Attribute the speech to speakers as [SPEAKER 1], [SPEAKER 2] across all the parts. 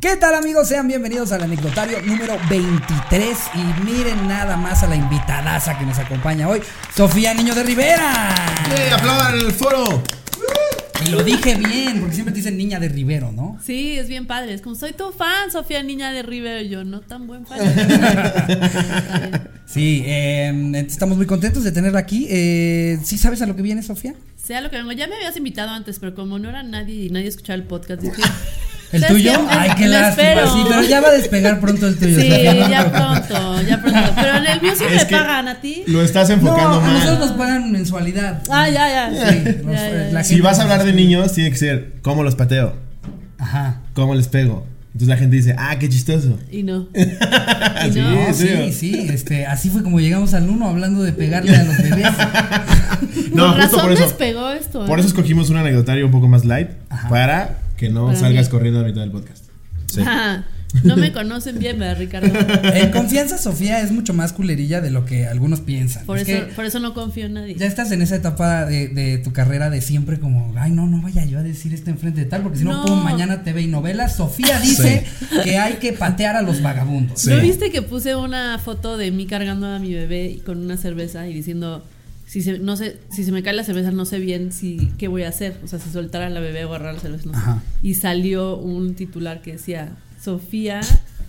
[SPEAKER 1] ¿Qué tal amigos? Sean bienvenidos al anecdotario número 23 y miren nada más a la invitadaza que nos acompaña hoy, Sofía Niño de Rivera.
[SPEAKER 2] ¡Ey, aplaudan el foro!
[SPEAKER 1] Y lo dije bien, porque siempre te dicen niña de Rivero, ¿no?
[SPEAKER 3] Sí, es bien padre. Es como soy tu fan, Sofía Niña de Rivero. Yo no tan buen fan.
[SPEAKER 1] Sí, eh, estamos muy contentos de tenerla aquí. Eh, ¿Sí sabes a lo que viene, Sofía?
[SPEAKER 3] sea lo que vengo. Ya me habías invitado antes, pero como no era nadie y nadie escuchaba el podcast, dije,
[SPEAKER 1] ¿El
[SPEAKER 3] "Ustedes
[SPEAKER 1] tuyo?
[SPEAKER 3] siempre
[SPEAKER 1] Ay, qué
[SPEAKER 3] lo
[SPEAKER 1] lástima.
[SPEAKER 3] espero".
[SPEAKER 1] Sí, pero ya va a despegar pronto el tuyo.
[SPEAKER 3] Sí,
[SPEAKER 1] Sofía.
[SPEAKER 3] ya pronto, ya pronto. Pero en el mío siempre
[SPEAKER 2] Es que-
[SPEAKER 3] pagan a ti.
[SPEAKER 2] Lo estás
[SPEAKER 1] No,
[SPEAKER 2] enfocando
[SPEAKER 1] a nosotros
[SPEAKER 2] mal.
[SPEAKER 1] nos pagan mensualidad.
[SPEAKER 3] Ah, ya, ya.
[SPEAKER 1] Sí,
[SPEAKER 3] Ya,
[SPEAKER 1] nos-
[SPEAKER 3] ya,
[SPEAKER 1] la
[SPEAKER 3] ya.
[SPEAKER 2] Si
[SPEAKER 1] gente-
[SPEAKER 2] vas a hablar de niños, tiene que ser cómo los pateo,
[SPEAKER 1] Ajá.
[SPEAKER 2] cómo les pego. Entonces la gente dice, ah, qué chistoso.
[SPEAKER 3] Y no.
[SPEAKER 2] Sí,
[SPEAKER 3] no.
[SPEAKER 1] No,
[SPEAKER 2] en serio.
[SPEAKER 1] sí, sí, este, así fue como llegamos al uno hablando de pegarle a los bebés.
[SPEAKER 2] No, justo
[SPEAKER 3] Con razón
[SPEAKER 2] por eso.
[SPEAKER 3] despegó esto.
[SPEAKER 2] Por
[SPEAKER 3] ¿eh?
[SPEAKER 2] eso escogimos un anecdotario un poco más light
[SPEAKER 1] Ajá.
[SPEAKER 2] para que no
[SPEAKER 3] Para
[SPEAKER 2] salgas
[SPEAKER 3] mí.
[SPEAKER 2] corriendo a mitad del podcast. Sí.
[SPEAKER 3] Ajá. no me conocen bien, ¿verdad, Ricardo?
[SPEAKER 1] En confianza, Sofía es mucho más culerilla de lo que algunos piensan.
[SPEAKER 3] Por
[SPEAKER 1] Es
[SPEAKER 3] eso,
[SPEAKER 1] que
[SPEAKER 3] por eso no confío en nadie.
[SPEAKER 1] ya estás en esa etapa de, de tu carrera de siempre como, ay, no, no vaya yo a decir esto enfrente de tal, porque si no,
[SPEAKER 3] No.
[SPEAKER 1] pongo mañana TV y novelas. Sofía dice que hay que patear a los vagabundos.
[SPEAKER 2] Sí.
[SPEAKER 3] ¿No viste que puse una foto de mí cargando a mi bebé y con una cerveza y diciendo si se, no sé, si se me cae la cerveza no sé bien si qué voy a hacer? O sea, si soltar a la bebé o agarrar la cerveza, no sé.
[SPEAKER 1] Ajá.
[SPEAKER 3] Y salió un titular que decía, Sofía,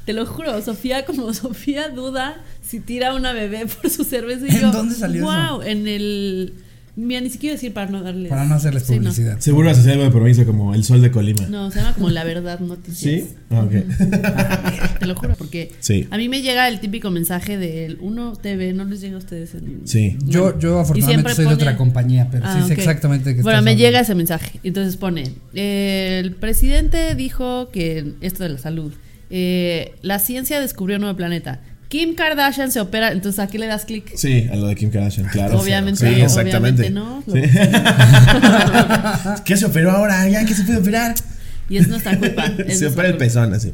[SPEAKER 3] te lo juro, Sofía como Sofía duda si tira a una bebé por su cerveza. Y
[SPEAKER 1] ¿En
[SPEAKER 3] yo,
[SPEAKER 1] dónde salió eso?
[SPEAKER 3] Wow, en el... Mira, ni siquiera decir para no darles...
[SPEAKER 1] Para no hacerles
[SPEAKER 3] Sí, no.
[SPEAKER 1] publicidad.
[SPEAKER 2] Seguro vas a hacer algo de provincia como el sol de Colima.
[SPEAKER 3] No, se llama como La Verdad Noticias.
[SPEAKER 2] ¿Sí? Ah, ok.
[SPEAKER 3] Te lo juro, porque
[SPEAKER 2] Sí.
[SPEAKER 3] a mí me llega el típico mensaje del 1TV, no les llega a ustedes en...
[SPEAKER 2] Sí.
[SPEAKER 1] Yo, yo afortunadamente
[SPEAKER 3] siempre
[SPEAKER 1] soy de
[SPEAKER 3] pone-
[SPEAKER 1] otra compañía, pero sí
[SPEAKER 3] Ah,
[SPEAKER 1] sé
[SPEAKER 3] ok.
[SPEAKER 1] exactamente de qué
[SPEAKER 3] Bueno,
[SPEAKER 1] estás
[SPEAKER 3] me
[SPEAKER 1] hablando.
[SPEAKER 3] llega ese mensaje. Entonces pone, eh, el presidente dijo que esto de la salud, eh, la ciencia descubrió un nuevo planeta. Kim Kardashian se opera, entonces aquí le das clic.
[SPEAKER 2] Sí, a lo de Kim Kardashian, claro.
[SPEAKER 3] Obviamente,
[SPEAKER 2] sí,
[SPEAKER 3] claro.
[SPEAKER 2] exactamente.
[SPEAKER 3] Obviamente
[SPEAKER 2] Sí. ¿Qué se operó ahora? ¿Ya? ¿Qué se puede operar?
[SPEAKER 3] Y es nuestra culpa. es
[SPEAKER 2] se
[SPEAKER 3] nuestra
[SPEAKER 2] opera el
[SPEAKER 3] culpa.
[SPEAKER 2] pezón, así.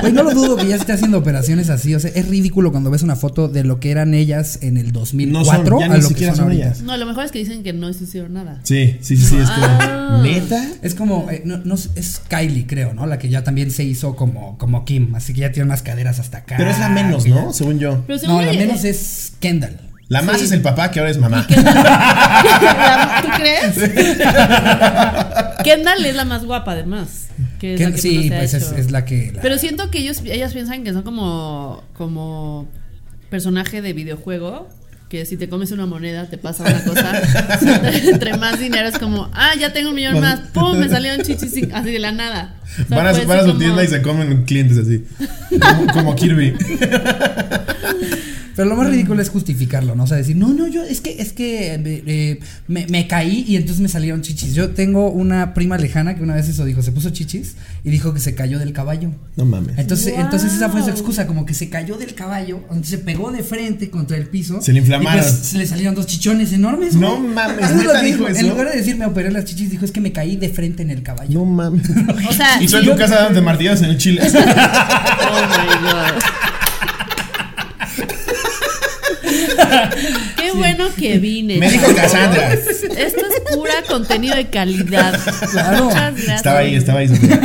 [SPEAKER 1] Güey, no lo dudo que ya esté haciendo operaciones así. O sea, es ridículo cuando ves una foto de lo que eran ellas en el 2004
[SPEAKER 2] No son, ya
[SPEAKER 1] a
[SPEAKER 2] ni
[SPEAKER 1] lo que
[SPEAKER 2] siquiera
[SPEAKER 1] son,
[SPEAKER 2] son
[SPEAKER 1] ahorita.
[SPEAKER 2] ellas.
[SPEAKER 3] No, lo mejor es que dicen que no se hicieron nada.
[SPEAKER 2] Sí, sí, sí, sí. Es
[SPEAKER 3] Ah.
[SPEAKER 2] como, ¿Neta?
[SPEAKER 1] Es como, eh, no, no, es Kylie, creo, ¿no? La que ya también se hizo como, como Kim, así que ya tiene unas caderas hasta acá.
[SPEAKER 2] Pero es la menos, ¿no? Según yo.
[SPEAKER 3] Pero ¿eh? según
[SPEAKER 1] No, la
[SPEAKER 3] ella-
[SPEAKER 1] menos es Kendall.
[SPEAKER 2] La más
[SPEAKER 3] Sí.
[SPEAKER 2] es el papá que ahora es mamá.
[SPEAKER 3] ¿Tú crees? Ah. Kendall es la más guapa, además. que
[SPEAKER 1] Ken-
[SPEAKER 3] es la que menos
[SPEAKER 1] sí,
[SPEAKER 3] se ha
[SPEAKER 1] pues es,
[SPEAKER 3] hecho.
[SPEAKER 1] es la que. la-
[SPEAKER 3] Pero siento que ellos, ellas piensan que son como, como personaje de videojuego. Que si te comes una moneda te pasa una cosa. Entre más dinero es como, ah, ya tengo un millón más. ¡Pum! Me salieron chichis sin- así de la nada. O sea,
[SPEAKER 2] Van a,
[SPEAKER 3] fue
[SPEAKER 2] van a
[SPEAKER 3] así
[SPEAKER 2] su
[SPEAKER 3] como-
[SPEAKER 2] tienda y se comen clientes así. Como, como Kirby.
[SPEAKER 1] Pero lo
[SPEAKER 3] Mm.
[SPEAKER 1] más ridículo es justificarlo, ¿no? O sea, decir, no, no, yo, es que, es que eh, eh, me, me caí y entonces me salieron chichis. Yo tengo una prima lejana que una vez eso dijo, se puso chichis y dijo que se cayó del caballo.
[SPEAKER 2] No mames.
[SPEAKER 1] Entonces,
[SPEAKER 3] ¡Guau!
[SPEAKER 1] entonces esa fue su excusa, como que se cayó del caballo, entonces se pegó de frente contra el piso.
[SPEAKER 2] Se le inflamaron.
[SPEAKER 1] Y pues se le salieron dos chichones enormes.
[SPEAKER 2] No
[SPEAKER 1] güey.
[SPEAKER 2] mames,
[SPEAKER 1] Eso es lo
[SPEAKER 2] ¿neta
[SPEAKER 1] que
[SPEAKER 2] dijo eso?
[SPEAKER 1] En lugar de decir me operé las chichis, dijo es que me caí de frente en el caballo.
[SPEAKER 2] No mames.
[SPEAKER 3] O sea,
[SPEAKER 2] Y tú en tu casa dándote martillas en el chile.
[SPEAKER 3] Oh my god. Qué bueno que vine.
[SPEAKER 2] Me dijo
[SPEAKER 3] chavos.
[SPEAKER 2] Cassandra.
[SPEAKER 3] Esto es pura contenido de calidad.
[SPEAKER 1] Claro.
[SPEAKER 3] Muchas gracias.
[SPEAKER 2] Estaba ahí, estaba ahí. Sofía.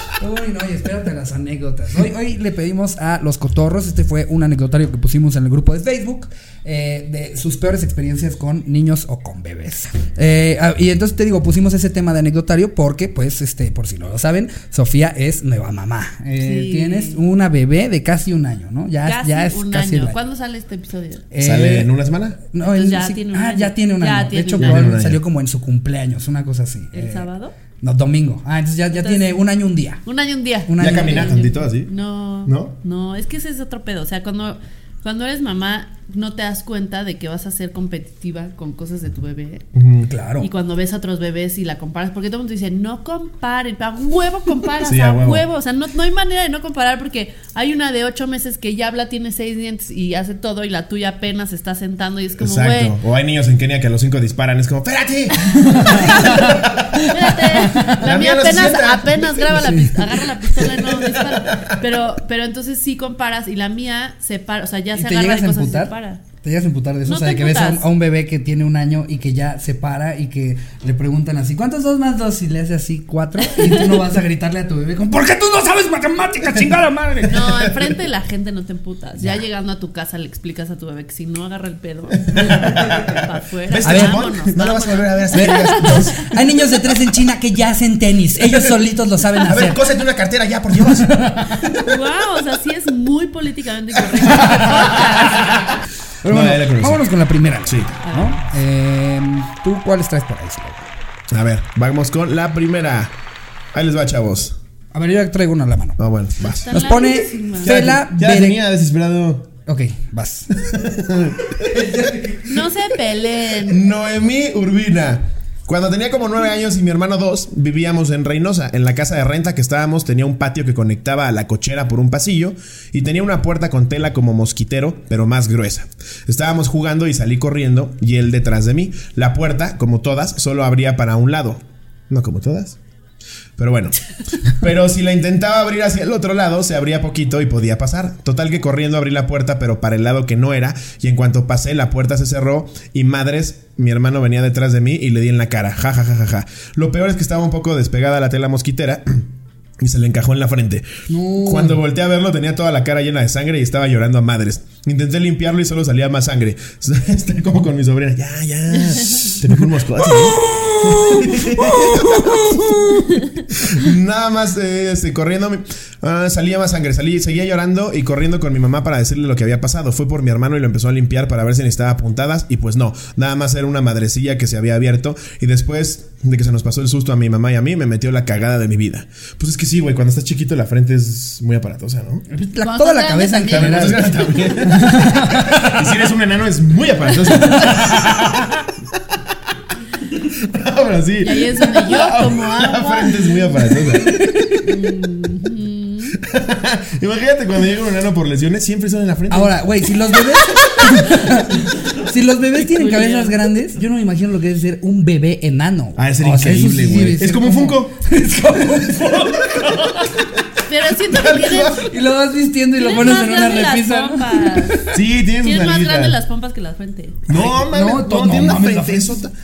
[SPEAKER 1] Uy, no, y espérate las anécdotas. Hoy, hoy le pedimos a los cotorros, este fue un anecdotario que pusimos en el grupo de Facebook, eh, de sus peores experiencias con niños o con bebés. Eh, ah, y entonces te digo, pusimos ese tema de anecdotario porque, pues, este, por si no lo saben, Sofía es nueva mamá. Eh,
[SPEAKER 3] Sí.
[SPEAKER 1] Tienes una bebé de casi un año, ¿no? Ya,
[SPEAKER 3] Casi
[SPEAKER 1] ya es
[SPEAKER 3] un
[SPEAKER 1] casi
[SPEAKER 3] año.
[SPEAKER 1] el año.
[SPEAKER 3] ¿Cuándo sale este episodio?
[SPEAKER 1] Eh,
[SPEAKER 2] ¿Sale en una semana?
[SPEAKER 1] No,
[SPEAKER 3] Entonces
[SPEAKER 1] en-
[SPEAKER 3] ya
[SPEAKER 1] sí,
[SPEAKER 3] tiene un
[SPEAKER 1] ah,
[SPEAKER 3] año.
[SPEAKER 1] ya tiene un
[SPEAKER 3] Ya
[SPEAKER 1] año.
[SPEAKER 3] tiene
[SPEAKER 1] de hecho,
[SPEAKER 3] un año.
[SPEAKER 1] probablemente
[SPEAKER 2] Ya tiene un
[SPEAKER 1] salió
[SPEAKER 2] año.
[SPEAKER 1] como en su cumpleaños, una cosa así.
[SPEAKER 3] ¿El
[SPEAKER 1] Eh,
[SPEAKER 3] sábado?
[SPEAKER 1] No, domingo. Ah, entonces ya, ya
[SPEAKER 3] Entonces-
[SPEAKER 1] tiene un año, un día.
[SPEAKER 3] Un año un día.
[SPEAKER 1] Un
[SPEAKER 2] ¿Ya
[SPEAKER 1] año.
[SPEAKER 2] camina tantito así?
[SPEAKER 3] No.
[SPEAKER 2] ¿No?
[SPEAKER 3] No, es que ese es otro pedo. O sea, cuando, cuando eres mamá, no te das cuenta de que vas a ser competitiva con cosas de tu bebé.
[SPEAKER 2] Ujú.
[SPEAKER 1] Mm, Claro.
[SPEAKER 3] Y cuando ves a otros bebés y la comparas, porque todo el mundo dice, no comparen, a huevo comparas,
[SPEAKER 2] Sí, a
[SPEAKER 3] a,
[SPEAKER 2] huevo.
[SPEAKER 3] huevo. O sea, no, no hay manera de no comparar porque hay una de ocho meses que ya habla, tiene seis dientes y hace todo y la tuya apenas se está sentando y es como, güey,
[SPEAKER 2] Exacto. O hay niños en Kenia que a los cinco disparan. Es como, ¡espérate!
[SPEAKER 3] espérate, la,
[SPEAKER 2] La mía
[SPEAKER 3] mía
[SPEAKER 2] no se
[SPEAKER 3] apenas,
[SPEAKER 2] sienta.
[SPEAKER 3] apenas graba la pistola, agarra la pistola y no dispara. Pero, pero entonces sí comparas y la mía se para, o sea, ya
[SPEAKER 1] ¿Y
[SPEAKER 3] se
[SPEAKER 1] te
[SPEAKER 3] agarra de
[SPEAKER 1] llegas a
[SPEAKER 3] cosas y se
[SPEAKER 1] emputar?
[SPEAKER 3] para.
[SPEAKER 1] Te llegas a imputar de eso.
[SPEAKER 3] No
[SPEAKER 1] o sea,
[SPEAKER 3] te
[SPEAKER 1] de que ves a un,
[SPEAKER 3] emputas.
[SPEAKER 1] a un bebé que tiene un año y que ya se para y que le preguntan así, ¿cuántos dos más dos? Y le hace así cuatro. Y tú no vas a gritarle a tu bebé como, ¿por qué tú no sabes matemáticas, chingada madre?
[SPEAKER 3] No, enfrente de la gente no te emputas. Ya llegando a tu casa le explicas a tu bebé que si no agarra el pedo, para afuera.
[SPEAKER 2] ¿Ves
[SPEAKER 1] A
[SPEAKER 2] este
[SPEAKER 1] ver,
[SPEAKER 2] chupón?
[SPEAKER 3] vámonos,
[SPEAKER 2] No lo vas a
[SPEAKER 3] vámonos.
[SPEAKER 2] volver a ver hasta que digas dos.
[SPEAKER 1] Hay niños de tres en China que ya hacen tenis. Ellos solitos lo saben
[SPEAKER 2] A
[SPEAKER 1] hacer.
[SPEAKER 2] ver, cósete una cartera ya, por Dios.
[SPEAKER 3] Wow, o sea, sí es muy políticamente correcto.
[SPEAKER 1] Pero
[SPEAKER 2] No,
[SPEAKER 1] bueno,
[SPEAKER 2] ya la conocí.
[SPEAKER 1] vámonos con la primera.
[SPEAKER 2] Sí.
[SPEAKER 1] ¿no? Em, ¿Tú cuáles traes por ahí? Slobo?
[SPEAKER 2] A ver, vamos con la primera. Ahí les va, chavos.
[SPEAKER 1] A ver, yo ya traigo una a la mano.
[SPEAKER 2] Ah, bueno, vas.
[SPEAKER 3] Está
[SPEAKER 1] Nos pone
[SPEAKER 3] larguísima.
[SPEAKER 2] Ya,
[SPEAKER 1] Fela
[SPEAKER 2] ya
[SPEAKER 1] Bere-
[SPEAKER 2] tenía desesperado.
[SPEAKER 1] Ok, vas.
[SPEAKER 3] No se peleen.
[SPEAKER 2] Noemí Urbina. Cuando tenía como nueve años y mi hermano dos, vivíamos en Reynosa. En la casa de renta que estábamos tenía un patio que conectaba a la cochera por un pasillo y tenía una puerta con tela como mosquitero, pero más gruesa. Estábamos jugando y salí corriendo y él detrás de mí. La puerta, como todas, solo abría para un lado. No como todas. Pero bueno. Pero si la intentaba abrir hacia el otro lado, se abría poquito y podía pasar. Total que corriendo abrí la puerta, pero para el lado que no era. Y en cuanto pasé, la puerta se cerró. Y madres, mi hermano venía detrás de mí y le di en la cara. Ja, ja, ja, ja, ja. Lo peor es que estaba un poco despegada la tela mosquitera. Y se le encajó en la frente.
[SPEAKER 1] No.
[SPEAKER 2] Cuando volteé a verlo tenía toda la cara llena de sangre y estaba llorando a madres. Intenté limpiarlo y solo salía más sangre. Estoy como con mi sobrina. Ya, ya. Te picó un moscote, ¿no? Nada más eh, este, corriendo. mi- ah, salía más sangre. Salí, seguía llorando y corriendo con mi mamá para decirle lo que había pasado. Fue por mi hermano y lo empezó a limpiar para ver si necesitaba puntadas. Y pues no. Nada más era una madrecilla que se había abierto. Y después de que se nos pasó el susto a mi mamá y a mí, me metió la cagada de mi vida. Pues es que sí, güey. Cuando estás chiquito, la frente es muy aparatosa, ¿no?
[SPEAKER 1] La-
[SPEAKER 3] Cuando
[SPEAKER 1] toda la
[SPEAKER 3] seas
[SPEAKER 1] cabeza en
[SPEAKER 3] grande también.
[SPEAKER 1] general.
[SPEAKER 2] Entonces, también. y si eres un enano, es muy aparatosa. Ahora sí.
[SPEAKER 3] Y ahí es donde yo tomo
[SPEAKER 2] La
[SPEAKER 3] agua.
[SPEAKER 2] frente es muy aparatosa. Imagínate cuando llega un enano por lesiones, siempre son en la frente.
[SPEAKER 1] Ahora, güey, si los bebés. si los bebés tienen
[SPEAKER 3] Julián.
[SPEAKER 1] cabezas grandes, yo no me imagino lo que es ser un bebé enano.
[SPEAKER 2] Ah, es ser
[SPEAKER 1] O sea, eso
[SPEAKER 2] increíble,
[SPEAKER 1] sí
[SPEAKER 2] güey.
[SPEAKER 1] debe
[SPEAKER 2] es
[SPEAKER 1] ser
[SPEAKER 2] como un Funko.
[SPEAKER 1] Es como un Funko.
[SPEAKER 3] Pero siento que tienes,
[SPEAKER 1] Y lo vas vistiendo y lo
[SPEAKER 3] tienes
[SPEAKER 1] pones
[SPEAKER 3] más
[SPEAKER 1] en una
[SPEAKER 3] grande las
[SPEAKER 1] repisa. ¿no?
[SPEAKER 3] pompas.
[SPEAKER 2] Sí, tiene sus
[SPEAKER 3] Tienes más
[SPEAKER 2] nalguitas.
[SPEAKER 3] grandes las pompas que la frente.
[SPEAKER 2] No, mames.
[SPEAKER 1] No,
[SPEAKER 2] No,
[SPEAKER 1] to- no
[SPEAKER 2] tiene una
[SPEAKER 1] mames, la
[SPEAKER 2] frente. esota.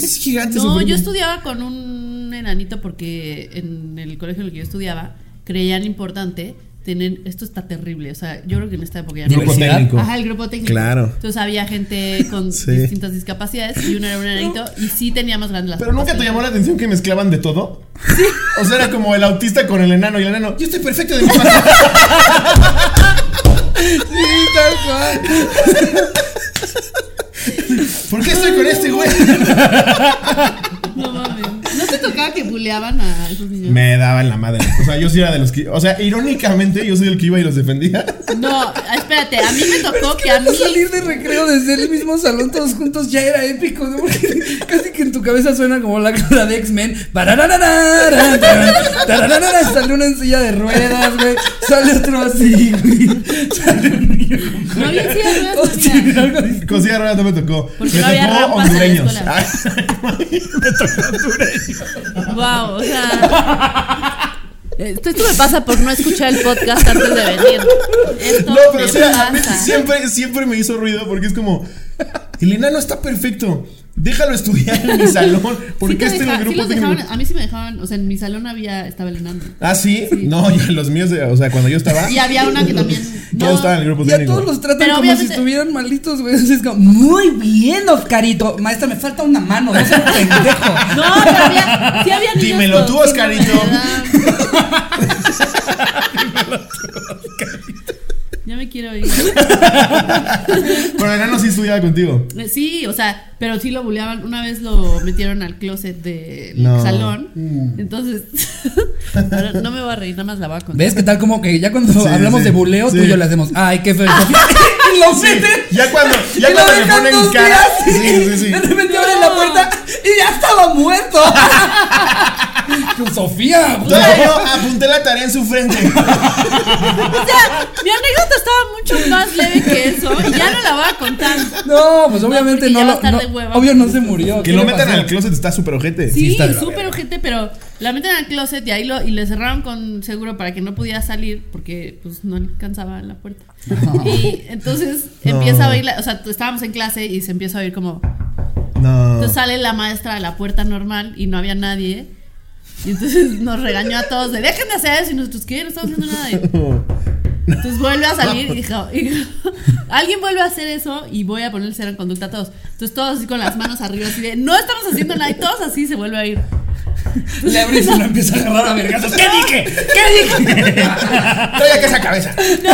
[SPEAKER 2] Es gigante su
[SPEAKER 3] No,
[SPEAKER 2] frente.
[SPEAKER 3] yo estudiaba con un enanito porque en el colegio en el que yo estudiaba creían importante tener. Esto está terrible. O sea, yo creo que en esta época ya no.
[SPEAKER 2] Grupo
[SPEAKER 1] Diversidad.
[SPEAKER 2] técnico.
[SPEAKER 3] Ajá, el grupo técnico.
[SPEAKER 2] Claro.
[SPEAKER 3] Entonces había gente con
[SPEAKER 2] Sí.
[SPEAKER 3] distintas discapacidades y uno era un enanito y sí tenía más grandes las
[SPEAKER 2] Pero
[SPEAKER 3] pompas
[SPEAKER 2] nunca te
[SPEAKER 3] que la-
[SPEAKER 2] llamó la atención que mezclaban de todo. O sea, era como el autista con el enano y el enano. Yo estoy perfecto de mi parte.
[SPEAKER 1] Sí, tal cual.
[SPEAKER 2] ¿Por qué estoy con este güey?
[SPEAKER 3] No mames. ¿No te tocaba que buleaban a esos niños?
[SPEAKER 2] Me daban la madre. O sea, yo sí era de los que. O sea, irónicamente, yo soy el que iba y los defendía.
[SPEAKER 3] No, espérate, a mí me tocó que, a
[SPEAKER 1] Pero
[SPEAKER 3] mí.
[SPEAKER 1] salir de recreo desde el mismo salón todos juntos ya era épico, ¿no? Porque casi que en tu cabeza suena como la cara de X-Men. Bararararara, tarararara, Sale una en silla de ruedas, güey. Sale otro así, güey. Sale un niño con
[SPEAKER 3] No había
[SPEAKER 1] collar.
[SPEAKER 3] silla de ruedas,
[SPEAKER 1] Todos
[SPEAKER 3] Sofía.
[SPEAKER 1] tienen algo distinto.
[SPEAKER 2] Con silla de ruedas no me tocó.
[SPEAKER 3] Porque
[SPEAKER 2] me
[SPEAKER 3] no había
[SPEAKER 2] tocó
[SPEAKER 3] rampas en la
[SPEAKER 2] hondureños.
[SPEAKER 3] escuela.
[SPEAKER 2] me tocó hondureños.
[SPEAKER 3] Wow, o sea. Esto, esto me pasa por no escuchar el podcast antes de venir. Esto
[SPEAKER 2] No, pero o
[SPEAKER 3] me
[SPEAKER 2] sea,
[SPEAKER 3] pasa.
[SPEAKER 2] siempre, siempre me hizo ruido porque es como. El enano está perfecto. Déjalo estudiar en mi salón. ¿Por
[SPEAKER 3] Sí
[SPEAKER 2] qué
[SPEAKER 3] te
[SPEAKER 2] este en
[SPEAKER 3] deja-
[SPEAKER 2] el
[SPEAKER 3] sí
[SPEAKER 2] grupo
[SPEAKER 3] los
[SPEAKER 2] técnico?
[SPEAKER 3] dejaban, a mí sí me dejaban, o sea, en mi salón había, estaba el enano.
[SPEAKER 2] Ah, ¿sí? No, ya los míos, de- o sea, cuando yo estaba.
[SPEAKER 3] Y había una que también.
[SPEAKER 2] Todos estaban en el grupo
[SPEAKER 1] Y a todos
[SPEAKER 2] técnico.
[SPEAKER 1] los tratan
[SPEAKER 3] Pero
[SPEAKER 1] como si
[SPEAKER 3] obviamente-
[SPEAKER 1] estuvieran malitos, güey. Así Es como, muy bien, Oscarito. Maestra, me falta una mano, no seas pendejo.
[SPEAKER 3] No, pero había, sí había niños
[SPEAKER 2] Dímelo
[SPEAKER 3] con
[SPEAKER 2] tú,
[SPEAKER 3] síndrome de
[SPEAKER 2] Oscarito.
[SPEAKER 3] Down. Ya me quiero ir.
[SPEAKER 2] Pero el enano sí estudiaba contigo.
[SPEAKER 3] Eh, Sí, o sea, pero sí lo buleaban. Una vez lo metieron al closet del
[SPEAKER 2] No.
[SPEAKER 3] salón. Entonces, ahora no me voy a reír, nada más la voy a contar.
[SPEAKER 1] ¿Ves qué tal como que ya cuando
[SPEAKER 2] Sí,
[SPEAKER 1] hablamos
[SPEAKER 2] sí,
[SPEAKER 1] de buleo, tú
[SPEAKER 2] sí.
[SPEAKER 1] y yo le hacemos, ay, qué feo. y lo meten.
[SPEAKER 2] Ya cuando,
[SPEAKER 1] y
[SPEAKER 2] ya
[SPEAKER 1] lo
[SPEAKER 2] cuando le
[SPEAKER 1] dejan
[SPEAKER 2] ponen
[SPEAKER 1] dos
[SPEAKER 2] cara.
[SPEAKER 1] días,
[SPEAKER 2] Sí, sí, sí.
[SPEAKER 1] De repente abren
[SPEAKER 3] No.
[SPEAKER 1] la puerta y ya estaba muerto. Pues, Sofía.
[SPEAKER 2] Todavía no, apunté la tarea en su frente.
[SPEAKER 3] O sea, mi anécdota estaba mucho más leve que eso y ya no la voy a contar.
[SPEAKER 1] No, pues obviamente
[SPEAKER 3] porque
[SPEAKER 1] no,
[SPEAKER 3] ya va a
[SPEAKER 1] lo-
[SPEAKER 3] estar
[SPEAKER 1] no-
[SPEAKER 3] de hueva.
[SPEAKER 1] Obvio no se murió.
[SPEAKER 2] que
[SPEAKER 1] ¿qué
[SPEAKER 2] lo
[SPEAKER 1] le
[SPEAKER 2] metan
[SPEAKER 1] pasó?
[SPEAKER 2] al closet está súper ojete.
[SPEAKER 3] Sí,
[SPEAKER 1] está de la
[SPEAKER 3] súper
[SPEAKER 1] verga.
[SPEAKER 3] ojete, pero la meten al closet y ahí lo, y le cerraron con seguro para que no pudiera salir porque pues no alcanzaba la puerta. Y entonces empieza a oír, la- o sea, tú- estábamos en clase y se empieza a oír como,
[SPEAKER 2] No.
[SPEAKER 1] Ah.
[SPEAKER 3] entonces sale la maestra a la puerta normal y no había nadie. Y entonces nos regañó a todos de dejen de hacer eso y nosotros qué, no estamos haciendo nada. Y- Entonces vuelve a salir y dijo, y dijo, alguien vuelve a hacer eso y voy a poner el cero en conducta a todos. Entonces todos así con las manos arriba así de, no estamos haciendo nada y todos así se vuelve a ir.
[SPEAKER 1] Le abres y lo empieza a agarrar a vergazos. ¿Qué dije? ¿Qué dije?
[SPEAKER 2] Trae acá esa cabeza.
[SPEAKER 3] No,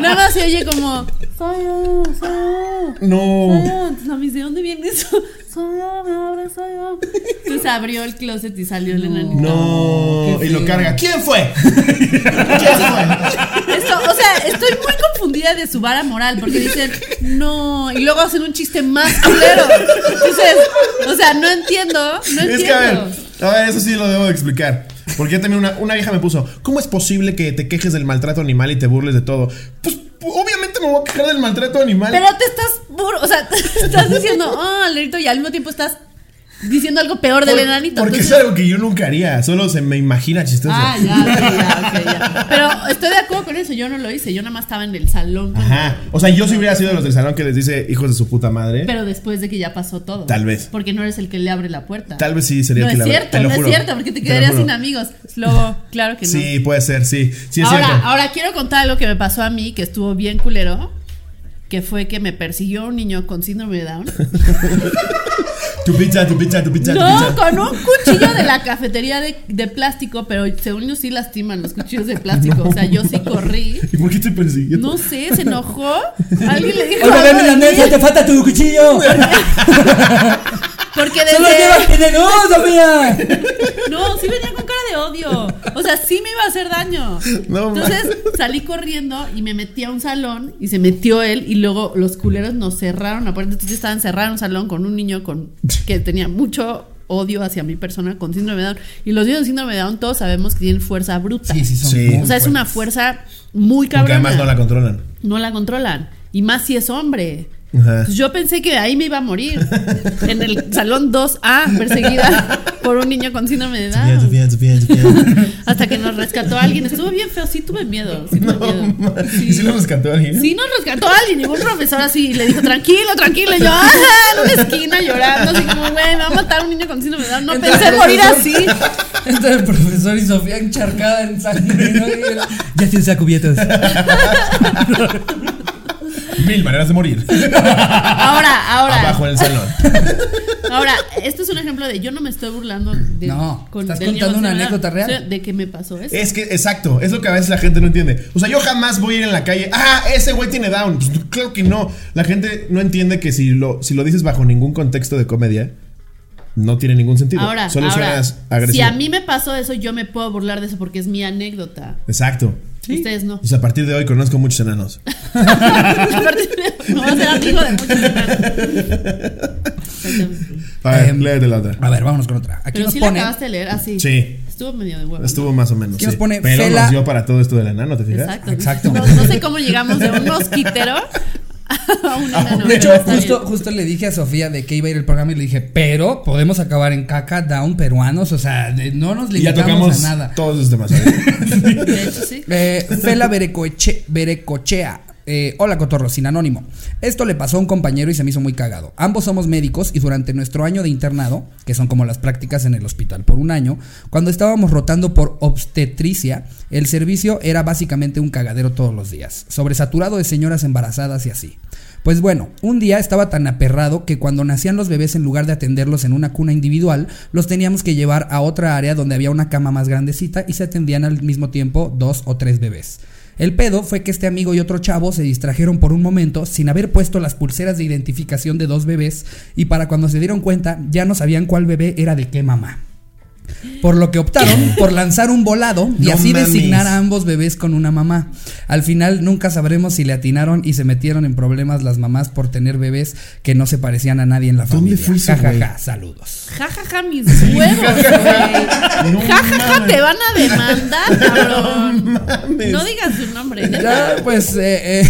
[SPEAKER 3] nada más se oye como, soy yo, soy yo. Soy
[SPEAKER 2] No.
[SPEAKER 3] yo. Entonces, a mí, ¿de dónde viene eso? Soy yo, me abre, soy yo. Entonces abrió el closet y salió el enanito.
[SPEAKER 2] No.
[SPEAKER 1] qué
[SPEAKER 2] Y lo
[SPEAKER 1] feo.
[SPEAKER 2] carga. ¿Quién fue? ¿Quién fue?
[SPEAKER 3] Esto, o sea, estoy muy confundida de su vara moral porque dicen, no, y luego hacen un chiste más culero. Entonces, o sea, no entiendo, no entiendo.
[SPEAKER 2] Es que a ver, a ver, eso sí lo debo de explicar. Porque también una, una vieja me puso, ¿cómo es posible que te quejes del maltrato animal y te burles de todo? Pues obviamente me voy a quejar del maltrato animal.
[SPEAKER 3] Pero te estás bur- o sea, te estás diciendo, oh, Lerito, y al mismo tiempo estás diciendo algo peor del
[SPEAKER 2] Por-
[SPEAKER 3] enanito.
[SPEAKER 2] Porque es
[SPEAKER 3] entonces-
[SPEAKER 2] algo que yo nunca haría, solo se me imagina chistoso.
[SPEAKER 3] Ah, ya, ok, ya, ok, ya. Pero estoy de acuerdo con eso, yo no lo hice, yo nada más estaba en el salón. con-
[SPEAKER 2] Ajá. O sea, yo sí hubiera sido de los del salón que les dice hijos de su puta madre.
[SPEAKER 3] Pero después de que ya pasó todo.
[SPEAKER 2] Tal vez.
[SPEAKER 3] Porque no eres el que le abre la puerta.
[SPEAKER 2] Tal vez sí sería
[SPEAKER 3] no
[SPEAKER 2] el que
[SPEAKER 3] es
[SPEAKER 2] la-
[SPEAKER 3] cierto,
[SPEAKER 2] te lo
[SPEAKER 3] no
[SPEAKER 2] juro,
[SPEAKER 3] es cierto, porque
[SPEAKER 2] te
[SPEAKER 3] te
[SPEAKER 2] lo
[SPEAKER 3] quedarías
[SPEAKER 2] juro.
[SPEAKER 3] sin amigos. Luego, claro que
[SPEAKER 2] sí, puede ser, sí. Sí
[SPEAKER 3] no.
[SPEAKER 2] es
[SPEAKER 3] Ahora,
[SPEAKER 2] cierto.
[SPEAKER 3] ahora quiero contar lo que me pasó a mí, que estuvo bien culero, que fue que me persiguió un niño con síndrome de Down.
[SPEAKER 2] Tu pizza, tu pizza, tu pizza, tu
[SPEAKER 3] No,
[SPEAKER 2] pizza.
[SPEAKER 3] con un cuchillo de la cafetería de, de plástico, pero según yo sí lastiman los cuchillos de plástico. o sea, yo sí corrí.
[SPEAKER 2] ¿Y por qué te persiguió?
[SPEAKER 3] No sé, se enojó. Alguien le dijo.
[SPEAKER 1] Oye,
[SPEAKER 3] algo
[SPEAKER 1] ven,
[SPEAKER 3] de
[SPEAKER 1] Andrés,
[SPEAKER 3] mí,
[SPEAKER 1] ya te falta tu cuchillo.
[SPEAKER 3] Porque
[SPEAKER 1] Solo llevas
[SPEAKER 3] desde.
[SPEAKER 1] en el. ¡No, Sofía!
[SPEAKER 3] No, sí venía con cara de odio. O sea, sí me iba a hacer daño.
[SPEAKER 2] No,
[SPEAKER 3] Entonces salí corriendo y me metí a un salón y se metió él y luego los culeros nos cerraron la puerta. Entonces yo estaba encerrada en un salón con un niño con que tenía mucho odio hacia mi persona con síndrome de Down. Y los niños con síndrome de Down todos sabemos que tienen fuerza bruta.
[SPEAKER 1] Sí, sí, son
[SPEAKER 2] Sí.
[SPEAKER 1] muy
[SPEAKER 3] o sea, es una
[SPEAKER 1] fuertes.
[SPEAKER 3] fuerza muy
[SPEAKER 2] Porque
[SPEAKER 3] cabrona.
[SPEAKER 2] además no la controlan.
[SPEAKER 3] No la controlan. Y más si es hombre.
[SPEAKER 2] Ajá.
[SPEAKER 3] Pues yo pensé que ahí me iba a morir. en el salón 2A, perseguida por un niño con síndrome de
[SPEAKER 2] Bien,
[SPEAKER 3] Down.
[SPEAKER 2] bien, bien, bien.
[SPEAKER 3] Hasta que nos rescató alguien. Estuvo bien feo. Sí, tuve miedo. Sí, tuve
[SPEAKER 2] No,
[SPEAKER 3] miedo.
[SPEAKER 2] ma- ¿Sí lo rescató alguien?
[SPEAKER 3] Sí, nos rescató alguien. Y un profesor así y le dijo, tranquilo, tranquilo. Y yo, "Ah", en una esquina llorando. Así como, güey, me va a matar un niño con síndrome de Down. No
[SPEAKER 1] Entra
[SPEAKER 3] pensé
[SPEAKER 1] el
[SPEAKER 3] morir así.
[SPEAKER 1] profesor- Entra el profesor y Sofía encharcada en sangre. ¿no? Y él, Ya tienes a cubiertos.
[SPEAKER 2] Mil maneras de morir.
[SPEAKER 3] Ahora, ahora.
[SPEAKER 2] Abajo en el salón.
[SPEAKER 3] Ahora, este es un ejemplo de yo no me estoy burlando de.
[SPEAKER 1] No, estás
[SPEAKER 3] del
[SPEAKER 1] contando
[SPEAKER 3] niño
[SPEAKER 1] una
[SPEAKER 3] con
[SPEAKER 1] anécdota
[SPEAKER 3] síndrome de Down,
[SPEAKER 1] real.
[SPEAKER 3] o sea, De que me pasó eso.
[SPEAKER 2] Es que, exacto, es lo que a veces la gente no entiende. O sea, yo jamás voy a ir en la calle, ah, ese güey tiene down. Pues, claro que no. La gente no entiende que si lo, si lo dices bajo ningún contexto de comedia, no tiene ningún sentido.
[SPEAKER 3] Ahora,
[SPEAKER 2] Solo
[SPEAKER 3] ahora
[SPEAKER 2] suenas agresivo.
[SPEAKER 3] si a mí me pasó eso, yo me puedo burlar de eso porque es mi anécdota.
[SPEAKER 2] Exacto.
[SPEAKER 3] Ustedes no.
[SPEAKER 2] O sea, a partir de hoy conozco muchos enanos.
[SPEAKER 3] A partir de- me voy a hacer amigo de muchos hermanos.
[SPEAKER 2] A ver,
[SPEAKER 1] Em,
[SPEAKER 2] léete la otra.
[SPEAKER 1] A ver, vámonos con otra. Aquí
[SPEAKER 3] Pero
[SPEAKER 1] nos
[SPEAKER 3] sí
[SPEAKER 1] pone.
[SPEAKER 3] la acabaste de leer así.
[SPEAKER 2] Sí.
[SPEAKER 3] Estuvo medio de huevo.
[SPEAKER 2] Estuvo más o menos.
[SPEAKER 1] Aquí nos
[SPEAKER 2] sí.
[SPEAKER 1] pone
[SPEAKER 2] Pero
[SPEAKER 1] Fela-
[SPEAKER 2] nos dio para todo esto del enano, ¿te fijas?
[SPEAKER 3] Exacto.
[SPEAKER 1] Exacto.
[SPEAKER 3] No, no sé cómo llegamos de un mosquitero a un enano.
[SPEAKER 1] Ah, De hecho,
[SPEAKER 3] pero está
[SPEAKER 1] justo,
[SPEAKER 3] bien.
[SPEAKER 1] justo le dije a Sofía de que iba a ir el programa y le dije, pero podemos acabar en caca, down, peruanos, o sea, de- no nos
[SPEAKER 2] Y ya
[SPEAKER 1] limitamos
[SPEAKER 2] tocamos
[SPEAKER 1] a nada.
[SPEAKER 2] todos los temas. a ver.
[SPEAKER 3] De hecho, sí.
[SPEAKER 1] Eh, Fela Berecoche- Berecochea. Eh, hola Cotorro, sin anónimo. Esto le pasó a un compañero y se me hizo muy cagado. Ambos somos médicos y durante nuestro año de internado, que son como las prácticas en el hospital por un año, cuando estábamos rotando por obstetricia, el servicio era básicamente un cagadero todos los días, sobresaturado de señoras embarazadas y así. Pues bueno, un día estaba tan aperrado que cuando nacían los bebés en lugar de atenderlos en una cuna individual, los teníamos que llevar a otra área donde había una cama más grandecita y se atendían al mismo tiempo dos o tres bebés. El pedo fue que este amigo y otro chavo se distrajeron por un momento sin haber puesto las pulseras de identificación de dos bebés y para cuando se dieron cuenta ya no sabían cuál bebé era de qué mamá. Por lo que optaron por lanzar un volado y
[SPEAKER 2] No
[SPEAKER 1] así
[SPEAKER 2] mames.
[SPEAKER 1] designar a ambos bebés con una mamá. Al final nunca sabremos si le atinaron y se metieron en problemas las mamás por tener bebés que no se parecían a nadie en la
[SPEAKER 2] ¿Dónde
[SPEAKER 1] familia.
[SPEAKER 2] fue eso,
[SPEAKER 1] Ja, ja,
[SPEAKER 2] güey?
[SPEAKER 1] ja, saludos.
[SPEAKER 3] Ja, ja, ja, mis huevos. güey.
[SPEAKER 2] No
[SPEAKER 3] Ja, ja, ja,
[SPEAKER 2] mames.
[SPEAKER 3] te van a demandar, cabrón.
[SPEAKER 2] mames.
[SPEAKER 3] No digas su nombre. neta.
[SPEAKER 1] Ya, pues, eh, eh,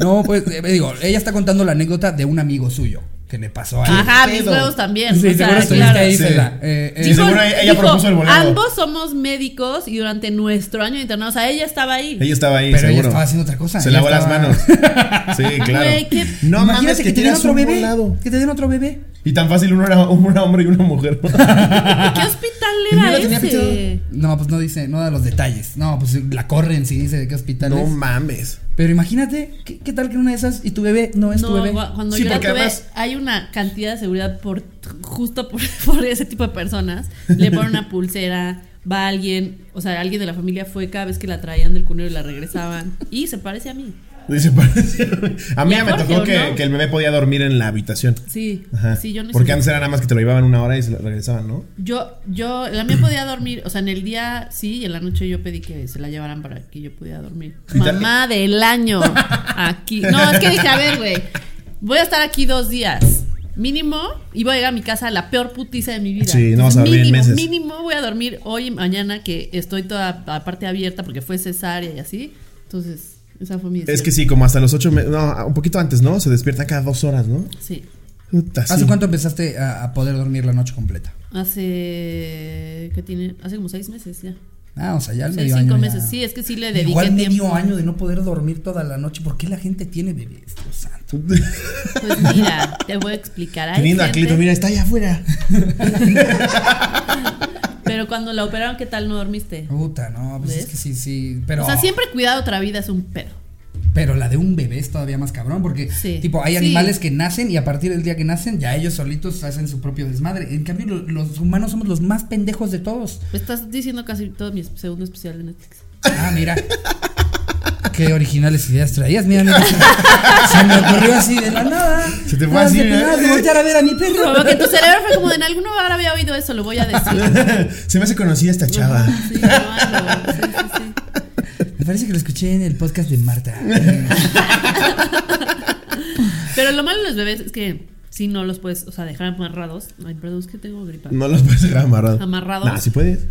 [SPEAKER 1] no, pues, eh, digo, ella está contando la anécdota de un amigo suyo que le pasó a él.
[SPEAKER 3] Ajá, mis
[SPEAKER 2] pedo.
[SPEAKER 3] huevos también.
[SPEAKER 1] Sí,
[SPEAKER 3] o sea,
[SPEAKER 1] seguro estuviste
[SPEAKER 3] claro.
[SPEAKER 1] ahí,
[SPEAKER 2] Sí.
[SPEAKER 1] Cela. Eh, eh,
[SPEAKER 2] Sí,
[SPEAKER 3] Dijo-
[SPEAKER 2] seguro ella
[SPEAKER 3] dijo,
[SPEAKER 2] propuso el boleto.
[SPEAKER 3] Ambos somos médicos y durante nuestro año de internado, o sea, ella estaba ahí.
[SPEAKER 2] Ella estaba ahí,
[SPEAKER 1] Pero ella
[SPEAKER 2] seguro.
[SPEAKER 1] estaba haciendo otra cosa.
[SPEAKER 2] Se
[SPEAKER 1] Ella
[SPEAKER 2] lavó las
[SPEAKER 1] estaba-
[SPEAKER 2] manos. Sí, claro.
[SPEAKER 3] Güey, qué-
[SPEAKER 2] No mames,
[SPEAKER 1] Imagínate
[SPEAKER 2] que,
[SPEAKER 1] que, te den
[SPEAKER 2] tiras
[SPEAKER 1] otro
[SPEAKER 2] un
[SPEAKER 1] bebé.
[SPEAKER 2] volado.
[SPEAKER 1] Que te den otro bebé.
[SPEAKER 2] Y tan fácil uno era un hombre y una mujer.
[SPEAKER 3] ¿Qué hospital
[SPEAKER 1] ¿El mío
[SPEAKER 3] era
[SPEAKER 1] lo tenía
[SPEAKER 3] ese?
[SPEAKER 1] fichado? No, pues no dice, no da los detalles. No, pues la corren si dice de qué hospital
[SPEAKER 2] no
[SPEAKER 1] es.
[SPEAKER 2] mames.
[SPEAKER 1] Pero imagínate, ¿qué, qué tal que en una de esas y tu bebé no es tu
[SPEAKER 3] No,
[SPEAKER 1] bebé?
[SPEAKER 3] gua- cuando
[SPEAKER 2] Sí,
[SPEAKER 3] yo la
[SPEAKER 2] porque
[SPEAKER 3] tuve,
[SPEAKER 2] además-
[SPEAKER 3] hay una cantidad de seguridad por justo por, por ese tipo de personas. Le ponen una pulsera, va alguien, o sea, alguien de la familia fue cada vez que la traían del cunero y la regresaban. Y se parece a mí.
[SPEAKER 2] Dice, parece- A mí
[SPEAKER 3] ¿Y a
[SPEAKER 2] ya me
[SPEAKER 3] Jorge,
[SPEAKER 2] tocó
[SPEAKER 3] o
[SPEAKER 2] que,
[SPEAKER 3] no?
[SPEAKER 2] que el bebé podía dormir en la habitación.
[SPEAKER 3] Sí,
[SPEAKER 2] Ajá.
[SPEAKER 3] sí, yo no
[SPEAKER 2] Porque
[SPEAKER 3] hice-
[SPEAKER 2] antes era nada más que te lo llevaban una hora y se lo regresaban, ¿no?
[SPEAKER 3] Yo, yo, la mía podía dormir, o sea, en el día sí, y en la noche yo pedí que se la llevaran para que yo pudiera dormir.
[SPEAKER 2] Y ya-
[SPEAKER 3] Mamá del año, aquí. No, es que dije, a ver, güey, voy a estar aquí dos días, mínimo, y voy a llegar a mi casa a la peor putiza de mi vida.
[SPEAKER 2] Sí, no vas a dormir en
[SPEAKER 3] mínimo,
[SPEAKER 2] meses.
[SPEAKER 3] Mínimo voy a dormir hoy y mañana, que estoy toda la parte abierta porque fue cesárea y así. Entonces, esa fue mi
[SPEAKER 2] Es
[SPEAKER 3] decisión.
[SPEAKER 2] que sí, como hasta los ocho meses. No, un poquito antes, ¿no? Se despiertan cada dos horas, ¿no?
[SPEAKER 3] Sí.
[SPEAKER 2] Puta,
[SPEAKER 1] ¿Hace
[SPEAKER 2] sí.
[SPEAKER 1] cuánto empezaste a, a poder dormir la noche completa?
[SPEAKER 3] Hace, ¿qué tiene? Hace como seis meses ya.
[SPEAKER 1] Ah, o sea, ya al
[SPEAKER 3] Sí,
[SPEAKER 1] medio
[SPEAKER 3] cinco
[SPEAKER 1] año ya.
[SPEAKER 3] meses. Sí, es que sí le dediqué
[SPEAKER 1] Igual medio
[SPEAKER 3] tiempo.
[SPEAKER 1] año de no poder dormir toda la noche. ¿Por qué la gente tiene bebés? Dios santo.
[SPEAKER 3] Pues mira, te voy a explicar. Hay
[SPEAKER 2] Qué lindo
[SPEAKER 3] gente-
[SPEAKER 2] Aclito, mira, está allá afuera.
[SPEAKER 3] Pero cuando la operaron, ¿qué tal no dormiste?
[SPEAKER 1] Puta, no, pues
[SPEAKER 3] ¿Ves?
[SPEAKER 1] es que sí, sí. Pero,
[SPEAKER 3] O sea, siempre cuidado otra vida es un pedo.
[SPEAKER 1] pero la de un bebé es todavía más cabrón porque,
[SPEAKER 3] Sí.
[SPEAKER 1] tipo, hay
[SPEAKER 3] Sí.
[SPEAKER 1] animales que nacen y a partir del día que nacen ya ellos solitos hacen su propio desmadre. En cambio, lo- los humanos somos los más pendejos de todos.
[SPEAKER 3] Me estás diciendo casi todo mi segundo especial de Netflix.
[SPEAKER 1] Ah, mira. Qué originales ideas traías, mira, mira. Se me ocurrió así de la nada.
[SPEAKER 2] Se te fue
[SPEAKER 1] Nada,
[SPEAKER 2] así,
[SPEAKER 1] se me-
[SPEAKER 2] ¿eh?
[SPEAKER 1] nada, de voltear a ver a mi perro.
[SPEAKER 3] Como que tu cerebro fue como de en alguno ahora había oído eso, lo voy a decir.
[SPEAKER 2] Se me hace conocida esta chava.
[SPEAKER 3] Sí, no, algo. sí, sí, sí.
[SPEAKER 1] Me parece que lo escuché en el podcast de Marta.
[SPEAKER 3] Pero lo malo de los bebés es que si no los puedes, o sea, dejar amarrados. Ay, perdón, es que tengo gripa.
[SPEAKER 2] No los puedes dejar amarrados.
[SPEAKER 3] Amarrados.
[SPEAKER 2] Nah, sí puedes.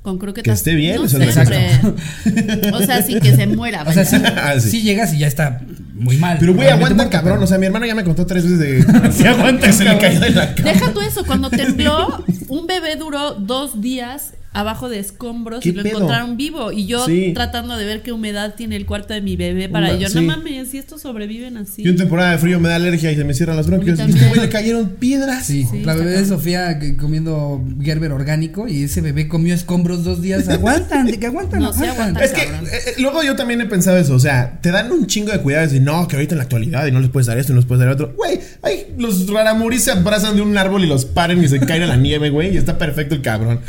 [SPEAKER 3] Con croquetas.
[SPEAKER 2] Que esté bien,
[SPEAKER 3] no
[SPEAKER 2] eso es lo
[SPEAKER 3] siempre. O sea, sí que se muera.
[SPEAKER 1] O sea, sí,
[SPEAKER 2] Ah, sí.
[SPEAKER 1] sí llegas y ya está muy mal.
[SPEAKER 2] Pero güey,
[SPEAKER 1] Probablemente
[SPEAKER 2] aguanta,
[SPEAKER 1] muerto,
[SPEAKER 2] cabrón.
[SPEAKER 1] pero-
[SPEAKER 2] O sea, mi hermano ya me contó tres veces de.
[SPEAKER 1] Sí, aguanta,
[SPEAKER 2] Que se le
[SPEAKER 1] cabrón.
[SPEAKER 2] cayó de la cama.
[SPEAKER 3] Deja tú eso, cuando tembló, un bebé duró dos días abajo de escombros
[SPEAKER 2] ¿Qué
[SPEAKER 3] y lo
[SPEAKER 2] pedo?
[SPEAKER 3] encontraron vivo. Y yo
[SPEAKER 2] Sí.
[SPEAKER 3] tratando de ver qué humedad tiene el cuarto de mi bebé para
[SPEAKER 2] Una-
[SPEAKER 3] yo,
[SPEAKER 2] sí.
[SPEAKER 3] no mames, si estos sobreviven así.
[SPEAKER 2] Y en temporada de frío me da alergia y se me cierran las bronquios.
[SPEAKER 3] A
[SPEAKER 2] Y
[SPEAKER 3] mí
[SPEAKER 2] este
[SPEAKER 3] también.
[SPEAKER 2] güey le cayeron piedras.
[SPEAKER 1] Sí,
[SPEAKER 3] Sí,
[SPEAKER 1] la
[SPEAKER 3] está
[SPEAKER 1] bebé de Sofía que- comiendo Gerber orgánico y ese bebé comió escombros dos días. Aguantan, de que aguantan,
[SPEAKER 3] No, sí
[SPEAKER 1] aguantan.
[SPEAKER 3] aguantan.
[SPEAKER 2] Es que
[SPEAKER 3] Cabrón.
[SPEAKER 2] eh, eh, luego yo también he pensado eso, o sea, te dan un chingo de cuidados y no, que ahorita en la actualidad y no les puedes dar esto y no les puedes dar otro. Güey, ay, los raramuris se abrazan de un árbol y los paren y se caen a la nieve, güey, y está perfecto el cabrón.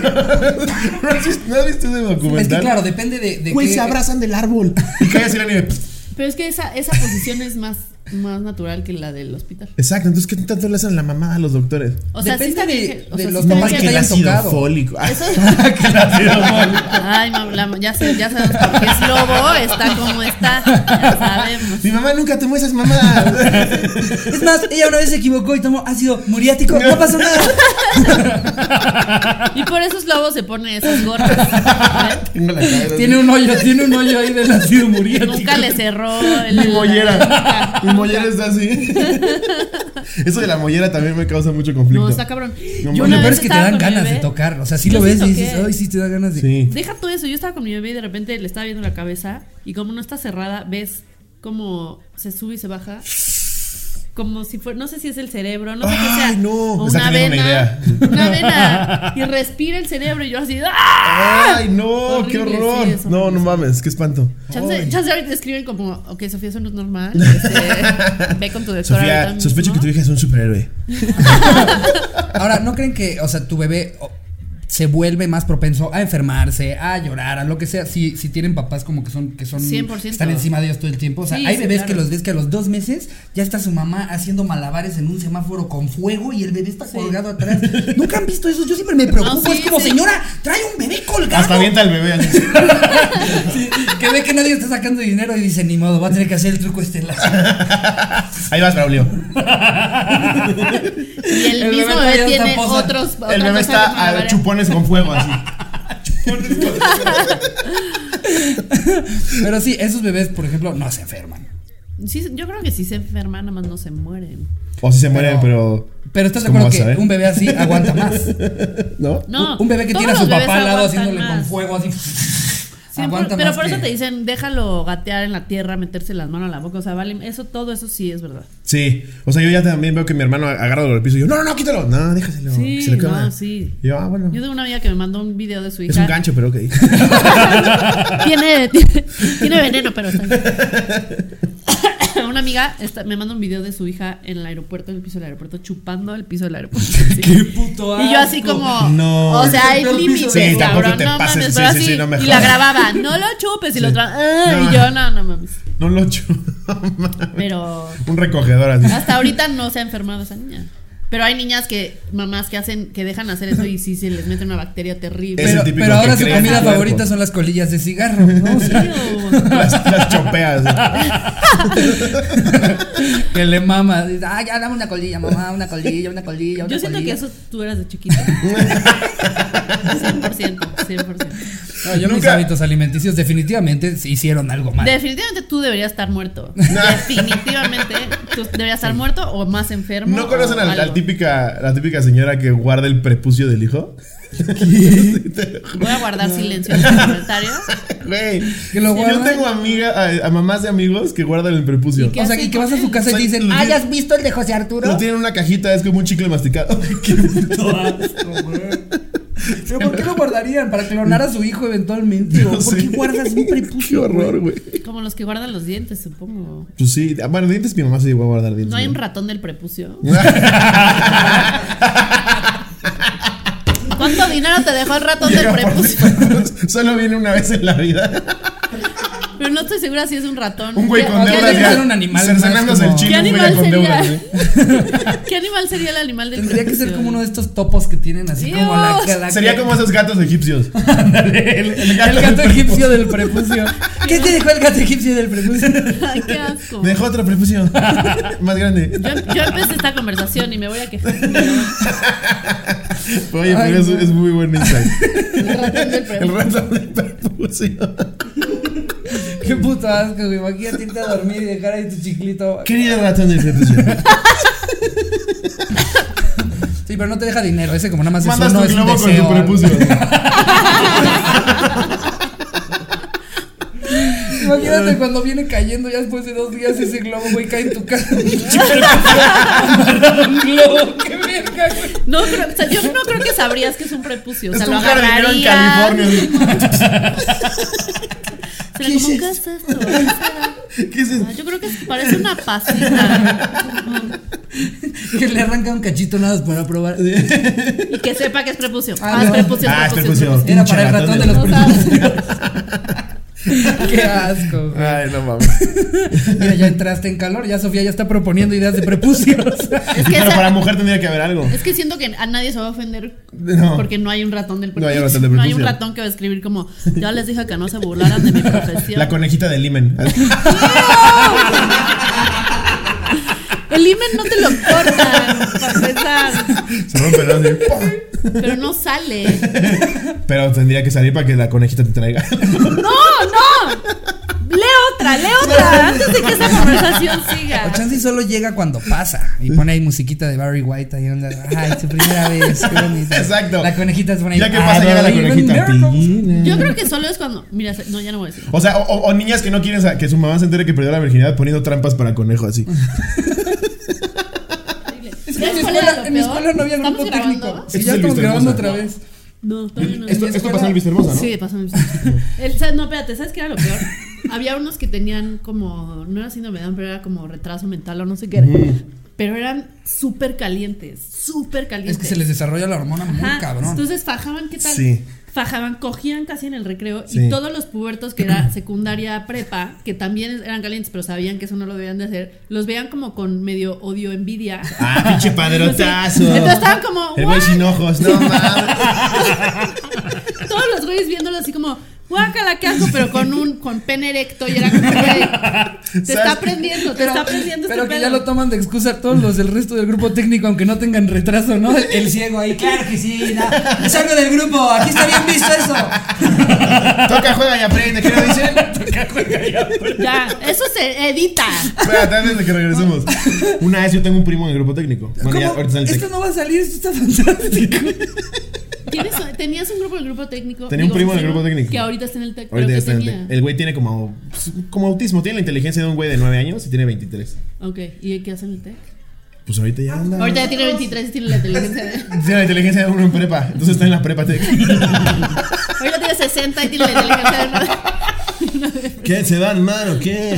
[SPEAKER 2] ¿No has visto, no has visto ese documental?
[SPEAKER 1] Es que claro, depende de, de
[SPEAKER 2] Güey,
[SPEAKER 1] qué-
[SPEAKER 2] se abrazan del árbol y caen así en la nieve. Pff,
[SPEAKER 3] Pero es que esa, esa posición es más, más natural que la del hospital.
[SPEAKER 2] Exacto, entonces, ¿qué tanto le hacen la mamada a los doctores?
[SPEAKER 3] O sea,
[SPEAKER 1] Depende
[SPEAKER 3] sí está
[SPEAKER 1] de-
[SPEAKER 3] bien que- o
[SPEAKER 1] de
[SPEAKER 3] sea, sí
[SPEAKER 1] los
[SPEAKER 3] está
[SPEAKER 1] papás
[SPEAKER 2] Ay,
[SPEAKER 3] bien
[SPEAKER 1] que te hayan tocado.
[SPEAKER 2] fólico. Ah,
[SPEAKER 3] Eso-
[SPEAKER 2] que el ácido fólico.
[SPEAKER 3] Ay, mam, la- ya, sé- ya sabemos por qué es lobo, está como está, ya sabemos.
[SPEAKER 2] Mi mamá nunca tomó esas mamadas.
[SPEAKER 1] Es más, ella una vez se equivocó y tomó ácido muriático. No pasó nada.
[SPEAKER 3] Y por eso es lobo se pone esas gorras. ¿eh?
[SPEAKER 2] Tengo la cabeza
[SPEAKER 1] Tiene un hoyo, tiene un hoyo ahí del ácido muriático.
[SPEAKER 3] Nunca le cerró el,
[SPEAKER 2] Mi
[SPEAKER 3] la-
[SPEAKER 2] mollera. Mi mollera está así. Eso de la mollera también me causa mucho conflicto.
[SPEAKER 3] No, está cabrón.
[SPEAKER 2] No,
[SPEAKER 1] Yo lo
[SPEAKER 2] Una
[SPEAKER 3] una
[SPEAKER 1] peor
[SPEAKER 3] vez
[SPEAKER 1] es que te
[SPEAKER 3] estaba
[SPEAKER 1] dan
[SPEAKER 3] con mi
[SPEAKER 1] ganas de
[SPEAKER 3] bebé.
[SPEAKER 1] tocar. O sea, sí
[SPEAKER 3] Yo
[SPEAKER 1] lo ves
[SPEAKER 3] sí
[SPEAKER 1] y dices,
[SPEAKER 3] toqué.
[SPEAKER 1] ay, sí te da ganas de.
[SPEAKER 2] Sí.
[SPEAKER 3] Deja todo eso. Yo estaba con mi bebé y de repente le estaba viendo la cabeza. Y como no está cerrada, ves como se sube y se baja. Como si fuera. No sé si es el cerebro, no sé qué
[SPEAKER 2] Ay,
[SPEAKER 3] sea.
[SPEAKER 2] no.
[SPEAKER 3] O
[SPEAKER 2] Me
[SPEAKER 3] una
[SPEAKER 2] está teniendo una
[SPEAKER 3] vena.
[SPEAKER 2] idea.
[SPEAKER 3] Una vena. Y respira el cerebro. Y yo así. ¡ah!
[SPEAKER 2] ¡Ay, no! ¡Qué
[SPEAKER 3] Horrible,
[SPEAKER 2] horror!
[SPEAKER 3] sí, es
[SPEAKER 2] no, no
[SPEAKER 3] horrible.
[SPEAKER 2] mames, qué espanto.
[SPEAKER 3] Chance, chance ahorita te escriben como, ok, Sofía, eso no es normal. este, ve con tu doctora. ahorita
[SPEAKER 2] Sofía, sospecho que
[SPEAKER 3] mismo".
[SPEAKER 2] tu hija es un superhéroe.
[SPEAKER 1] Ahora, ¿no creen que, o sea, tu bebé o, se vuelve más propenso a enfermarse, a llorar, a lo que sea? Si, si tienen papás como que son, que son
[SPEAKER 3] 100%.
[SPEAKER 1] que están encima de ellos todo el tiempo. O sea,
[SPEAKER 3] Sí,
[SPEAKER 1] hay
[SPEAKER 3] sí,
[SPEAKER 1] bebés
[SPEAKER 3] claro.
[SPEAKER 1] que los ves que a los dos meses ya está su mamá haciendo malabares en un semáforo con fuego y el bebé está colgado atrás. Nunca han visto eso. Yo siempre me preocupo.
[SPEAKER 3] No, sí,
[SPEAKER 1] es como,
[SPEAKER 3] sí.
[SPEAKER 1] señora, trae un bebé colgado.
[SPEAKER 2] Hasta avienta el bebé. así.
[SPEAKER 1] Sí, que ve que nadie está sacando dinero y dice, ni modo, va a tener que hacer el truco este estelar.
[SPEAKER 2] Ahí vas, Braulio.
[SPEAKER 3] Y
[SPEAKER 1] El
[SPEAKER 3] el,
[SPEAKER 1] bebé
[SPEAKER 3] mismo
[SPEAKER 1] todavía
[SPEAKER 3] bebé
[SPEAKER 1] no
[SPEAKER 3] tiene
[SPEAKER 1] está posa.
[SPEAKER 3] otros. otra
[SPEAKER 2] El bebé
[SPEAKER 3] cosa
[SPEAKER 2] está a
[SPEAKER 3] malabaria.
[SPEAKER 2] chupones con fuego así.
[SPEAKER 1] Pero sí, esos bebés, por ejemplo, no se enferman.
[SPEAKER 3] Sí, yo creo que sí se enferman, nada más no se mueren.
[SPEAKER 2] O si se mueren, pero.
[SPEAKER 1] Pero estás de
[SPEAKER 2] ¿Cómo
[SPEAKER 1] acuerdo
[SPEAKER 2] vas a
[SPEAKER 1] que
[SPEAKER 2] ver?
[SPEAKER 1] un bebé así aguanta más.
[SPEAKER 2] ¿No?
[SPEAKER 3] No,
[SPEAKER 1] Un- un bebé que
[SPEAKER 3] todos
[SPEAKER 1] tiene a su
[SPEAKER 3] los bebés
[SPEAKER 1] papá al lado
[SPEAKER 3] aguantan
[SPEAKER 1] haciéndole con
[SPEAKER 3] más.
[SPEAKER 1] fuego así.
[SPEAKER 3] Sí,
[SPEAKER 1] aguanta
[SPEAKER 3] por- pero
[SPEAKER 1] más
[SPEAKER 3] por eso
[SPEAKER 1] que-
[SPEAKER 3] te dicen, déjalo gatear en la tierra, meterse las manos a la boca. O sea, vale, eso, todo eso sí es verdad.
[SPEAKER 2] Sí. O sea, yo ya también veo que mi hermano agarra del piso y yo, no, no, no, quítalo. No, déjaselo.
[SPEAKER 3] Sí,
[SPEAKER 2] que se lo coma.
[SPEAKER 3] no, sí.
[SPEAKER 2] Y Yo, ah, bueno.
[SPEAKER 3] Yo tengo una amiga que me mandó un video de su hija.
[SPEAKER 2] Es un gancho, pero ok.
[SPEAKER 3] tiene, tiene, tiene veneno, pero está bien. Una amiga está- me manda un video de su hija en el aeropuerto, en el piso del aeropuerto, chupando el piso del aeropuerto. así.
[SPEAKER 1] Qué puto
[SPEAKER 3] Y yo así
[SPEAKER 1] asco.
[SPEAKER 3] como,
[SPEAKER 2] No.
[SPEAKER 3] o sea, hay
[SPEAKER 1] Sí,
[SPEAKER 3] límites,
[SPEAKER 1] tampoco
[SPEAKER 3] cabrón,
[SPEAKER 2] te
[SPEAKER 3] no
[SPEAKER 2] pases,
[SPEAKER 3] mames,
[SPEAKER 2] sí,
[SPEAKER 3] pero
[SPEAKER 2] sí,
[SPEAKER 3] así,
[SPEAKER 2] sí, no me
[SPEAKER 3] y la
[SPEAKER 2] jodas.
[SPEAKER 3] grababa, no lo chupes, y lo
[SPEAKER 2] Sí.
[SPEAKER 3] otra, "Ah",
[SPEAKER 2] No.
[SPEAKER 3] y yo, no, no mames,
[SPEAKER 2] No lo chupo.
[SPEAKER 3] pero
[SPEAKER 2] un recogedor así.
[SPEAKER 3] hasta ahorita no se ha enfermado esa niña, pero hay niñas que, mamás que hacen, que dejan hacer eso y sí se les mete una bacteria terrible.
[SPEAKER 2] Es
[SPEAKER 1] Pero,
[SPEAKER 2] el típico
[SPEAKER 1] pero
[SPEAKER 2] que
[SPEAKER 1] ahora su
[SPEAKER 2] crea en
[SPEAKER 1] comida
[SPEAKER 2] tu cuerpo.
[SPEAKER 1] favorita son las colillas de cigarro. ¿no? O sea,
[SPEAKER 3] Ew.
[SPEAKER 2] Las, las chopeas.
[SPEAKER 1] que le mama. Dice, Ay, ya dame una colilla, mamá, una colilla, una colilla. Una
[SPEAKER 3] Yo siento que
[SPEAKER 1] colilla".
[SPEAKER 3] eso tú eras de chiquita. 100%, 100%.
[SPEAKER 1] No, yo mis
[SPEAKER 2] Nunca-
[SPEAKER 1] hábitos alimenticios definitivamente se hicieron algo mal.
[SPEAKER 3] Definitivamente tú deberías estar muerto. Definitivamente tú deberías estar muerto o más enfermo.
[SPEAKER 2] ¿No conocen
[SPEAKER 3] o
[SPEAKER 2] a la
[SPEAKER 3] algo.
[SPEAKER 2] típica, la típica señora que guarda el prepucio del hijo?
[SPEAKER 3] Voy a guardar silencio en los comentarios.
[SPEAKER 2] Güey.
[SPEAKER 1] Que lo
[SPEAKER 2] Yo
[SPEAKER 1] guardan.
[SPEAKER 2] tengo amiga, a, a mamás de amigos que guardan el prepucio.
[SPEAKER 3] ¿Y qué
[SPEAKER 1] o sea,
[SPEAKER 3] hacen
[SPEAKER 1] y que
[SPEAKER 3] con
[SPEAKER 1] vas a su
[SPEAKER 3] él?
[SPEAKER 1] casa y
[SPEAKER 2] Soy-
[SPEAKER 1] te dicen,
[SPEAKER 2] lo
[SPEAKER 1] "Ah,
[SPEAKER 2] tiene-
[SPEAKER 1] ¿ya has visto el de José Arturo?
[SPEAKER 2] Lo tienen en una cajita, es como un chicle masticado. Qué puto asco.
[SPEAKER 1] Pero ¿por qué lo guardarían? Para clonar a su hijo eventualmente. ¿O
[SPEAKER 2] No
[SPEAKER 1] ¿Por qué
[SPEAKER 2] sé.
[SPEAKER 1] guardas un
[SPEAKER 2] Qué
[SPEAKER 1] prepucio?
[SPEAKER 2] horror, güey.
[SPEAKER 3] Como los que guardan los dientes, supongo.
[SPEAKER 2] Pues sí, bueno, dientes mi mamá se llegó a guardar dientes.
[SPEAKER 3] ¿No hay un
[SPEAKER 2] güey.
[SPEAKER 3] ratón del prepucio? ¿Cuánto dinero te dejó el ratón del
[SPEAKER 2] Llega por
[SPEAKER 3] prepucio?
[SPEAKER 2] detrás. Solo viene una vez en la vida.
[SPEAKER 3] Pero no estoy segura si es un ratón.
[SPEAKER 2] Un güey
[SPEAKER 3] ¿Qué-
[SPEAKER 2] con
[SPEAKER 3] qué
[SPEAKER 2] deudas
[SPEAKER 1] debe
[SPEAKER 2] ya.
[SPEAKER 1] ser un animal más
[SPEAKER 2] cercenándose el
[SPEAKER 1] como-
[SPEAKER 2] chile,
[SPEAKER 3] ¿Qué
[SPEAKER 2] un güey ya
[SPEAKER 3] animal
[SPEAKER 2] con deudas.
[SPEAKER 3] sería?
[SPEAKER 2] güey.
[SPEAKER 3] ¿Qué animal sería el animal del
[SPEAKER 1] Tendría que ser
[SPEAKER 3] prepucio?
[SPEAKER 1] como uno de estos topos que tienen así como la,
[SPEAKER 3] Dios.
[SPEAKER 1] la-
[SPEAKER 2] Sería como esos gatos egipcios.
[SPEAKER 1] Ándale, el, el gato,
[SPEAKER 2] El gato
[SPEAKER 1] egipcio del prepucio. ¿Qué te dejó el gato egipcio del prepucio?
[SPEAKER 3] Ay, qué asco.
[SPEAKER 2] Me dejó otro prepucio. Más grande.
[SPEAKER 3] Yo, yo empecé esta conversación y me voy a quejar.
[SPEAKER 2] Oye,
[SPEAKER 1] Ay,
[SPEAKER 2] pero es,
[SPEAKER 1] no.
[SPEAKER 2] es muy buen insight.
[SPEAKER 3] El ratón
[SPEAKER 2] El ratón
[SPEAKER 3] del prepucio.
[SPEAKER 2] del prepucio.
[SPEAKER 1] Qué puto asco, güey. Imagínate irte a dormir y dejar ahí tu chiclito.
[SPEAKER 2] Querido ratón del prepucio.
[SPEAKER 1] Sí, pero no te deja dinero. Ese como nada más
[SPEAKER 2] Mandas
[SPEAKER 1] es uno,
[SPEAKER 2] tu
[SPEAKER 1] es un
[SPEAKER 2] globo con
[SPEAKER 1] deseo,
[SPEAKER 2] tu
[SPEAKER 1] algo.
[SPEAKER 2] prepucio.
[SPEAKER 1] Imagínate cuando viene cayendo ya después de dos días ese globo, güey, cae en tu casa. un globo, qué verga, güey.
[SPEAKER 3] No, creo, o sea, yo no creo que sabrías que es un prepucio. O sea,
[SPEAKER 2] Es
[SPEAKER 3] lo
[SPEAKER 2] un jardinero en
[SPEAKER 3] agarraría.
[SPEAKER 2] California.
[SPEAKER 3] Será como, ¿qué es esto? ¿Qué será?
[SPEAKER 2] ¿Qué es eso?
[SPEAKER 3] Ah, Yo creo que parece una pasita.
[SPEAKER 1] Que le arranca un cachito nada más para probar.
[SPEAKER 3] Y que sepa que es prepucio.
[SPEAKER 1] Ah,
[SPEAKER 3] Ah, es
[SPEAKER 1] no.
[SPEAKER 3] prepucio,
[SPEAKER 2] Ah, es
[SPEAKER 3] es
[SPEAKER 2] prepucio.
[SPEAKER 3] prepucio. es
[SPEAKER 1] Era
[SPEAKER 2] Pinche
[SPEAKER 1] para el ratón
[SPEAKER 2] ratón
[SPEAKER 1] de
[SPEAKER 2] de
[SPEAKER 1] los
[SPEAKER 3] prepucio. No
[SPEAKER 1] prepucios.
[SPEAKER 3] sabes.
[SPEAKER 1] Qué asco, güey.
[SPEAKER 2] Ay, no mames.
[SPEAKER 1] Mira, ya entraste en calor, ya Sofía ya está proponiendo ideas de prepucios.
[SPEAKER 3] Es que,
[SPEAKER 2] Pero
[SPEAKER 3] esa-
[SPEAKER 2] para mujer tendría que haber algo.
[SPEAKER 3] es que siento que a nadie se va a ofender
[SPEAKER 2] No.
[SPEAKER 3] porque no hay un ratón del
[SPEAKER 2] No
[SPEAKER 3] prepucio.
[SPEAKER 2] hay un ratón del
[SPEAKER 3] No hay un
[SPEAKER 2] prepucio.
[SPEAKER 3] ratón que va a escribir como, ya les dije que no se burlaran de mi profesión.
[SPEAKER 2] La conejita de Limen.
[SPEAKER 3] El imen no te lo cortan para empezar,
[SPEAKER 2] Se rompe el ojo y ¡pum!
[SPEAKER 3] pero no sale.
[SPEAKER 2] Pero tendría que salir para que la conejita te traiga.
[SPEAKER 3] No, no. Lee otra, lee otra. Antes de que esa conversación
[SPEAKER 1] O
[SPEAKER 3] siga.
[SPEAKER 1] Chansey solo llega cuando pasa y pone ahí musiquita de Barry White ahí onda, ay, su primera vez, qué bonito.
[SPEAKER 2] Exacto.
[SPEAKER 1] La conejita se pone ahí.
[SPEAKER 2] Ya que pasa, llega la
[SPEAKER 1] "I believe in
[SPEAKER 2] conejita.
[SPEAKER 1] miracles".
[SPEAKER 3] Yo creo que solo es cuando. Mira, se- no, ya no voy a decir.
[SPEAKER 2] O sea, o, o- o niñas que no quieren sa- que su mamá se entere que perdió la virginidad poniendo trampas para conejo así.
[SPEAKER 1] Es que en mi escuela, en mi escuela no había grupo técnico. Sí, ya
[SPEAKER 2] Esto es el
[SPEAKER 1] estamos
[SPEAKER 2] Vista
[SPEAKER 1] grabando
[SPEAKER 2] Hermosa.
[SPEAKER 1] otra vez.
[SPEAKER 3] No, todavía
[SPEAKER 2] Esto,
[SPEAKER 3] no.
[SPEAKER 1] mi
[SPEAKER 2] esto
[SPEAKER 1] escuela-
[SPEAKER 2] pasó en el Vista Hermosa, ¿no?
[SPEAKER 3] Sí, pásame. El, sa- no, espérate, ¿sabes qué era lo peor? Había unos que tenían como. No era síndrome de Down, pero era como retraso mental o no sé qué era. Pero eran súper calientes. Súper calientes.
[SPEAKER 1] Es que se les desarrolla la hormona muy
[SPEAKER 3] Ajá,
[SPEAKER 1] cabrón.
[SPEAKER 3] Entonces fajaban, ¿qué tal?
[SPEAKER 2] Sí.
[SPEAKER 3] Fajaban, cogían casi en el recreo
[SPEAKER 2] Sí.
[SPEAKER 3] y todos los pubertos que era secundaria prepa, que también eran calientes, pero sabían que eso no lo debían de hacer, los veían como con medio odio, envidia.
[SPEAKER 2] Ah, pinche padrotazo.
[SPEAKER 3] Entonces estaban como,
[SPEAKER 2] El güey
[SPEAKER 3] "What?".
[SPEAKER 2] sin ojos, no mames.
[SPEAKER 3] todos los güeyes viéndolo así como, guácala, qué asco, pero con un con pene erecto y era como, güey, te está aprendiendo, te
[SPEAKER 1] Pero,
[SPEAKER 3] está aprendiendo
[SPEAKER 1] pero
[SPEAKER 3] este
[SPEAKER 1] que ya
[SPEAKER 3] pedo.
[SPEAKER 1] lo toman de excusa todos los del resto del grupo técnico, aunque no tengan retraso, ¿no? El, el ciego ahí, claro que sí, no, salgo del grupo, aquí está bien visto eso.
[SPEAKER 2] Toca, juega y aprende, ¿qué le dicen?
[SPEAKER 3] Ya, eso se edita.
[SPEAKER 2] Espérate, antes de que regresemos. Una vez yo tengo un primo en el grupo técnico. Bueno, ya,
[SPEAKER 1] ¿Cómo?
[SPEAKER 2] ahorita está en
[SPEAKER 1] Esto
[SPEAKER 2] el técnico.
[SPEAKER 1] no va a salir, esto está fantástico.
[SPEAKER 3] ¿Tienes- tenías un grupo del grupo técnico.
[SPEAKER 2] Tenía un primo del grupo técnico.
[SPEAKER 3] Que ahorita está en el técnico.
[SPEAKER 2] Ahorita ya
[SPEAKER 3] que
[SPEAKER 2] está en el
[SPEAKER 3] tenía.
[SPEAKER 2] técnico. El güey tiene como, pues, como autismo. Tiene la inteligencia de un güey de 9 años y tiene 23.
[SPEAKER 3] Ok, ¿y qué hace en el tec?
[SPEAKER 2] Pues ahorita
[SPEAKER 1] Ah,
[SPEAKER 2] ya anda.
[SPEAKER 3] Ahorita ya tiene 23 y tiene la inteligencia de.
[SPEAKER 2] Tiene la inteligencia de uno en prepa. Entonces está en la prepa tech.
[SPEAKER 3] Ahorita tiene 60 y tiene la inteligencia de. una-
[SPEAKER 2] ¿Qué? ¿Se dan mano? ¿Qué?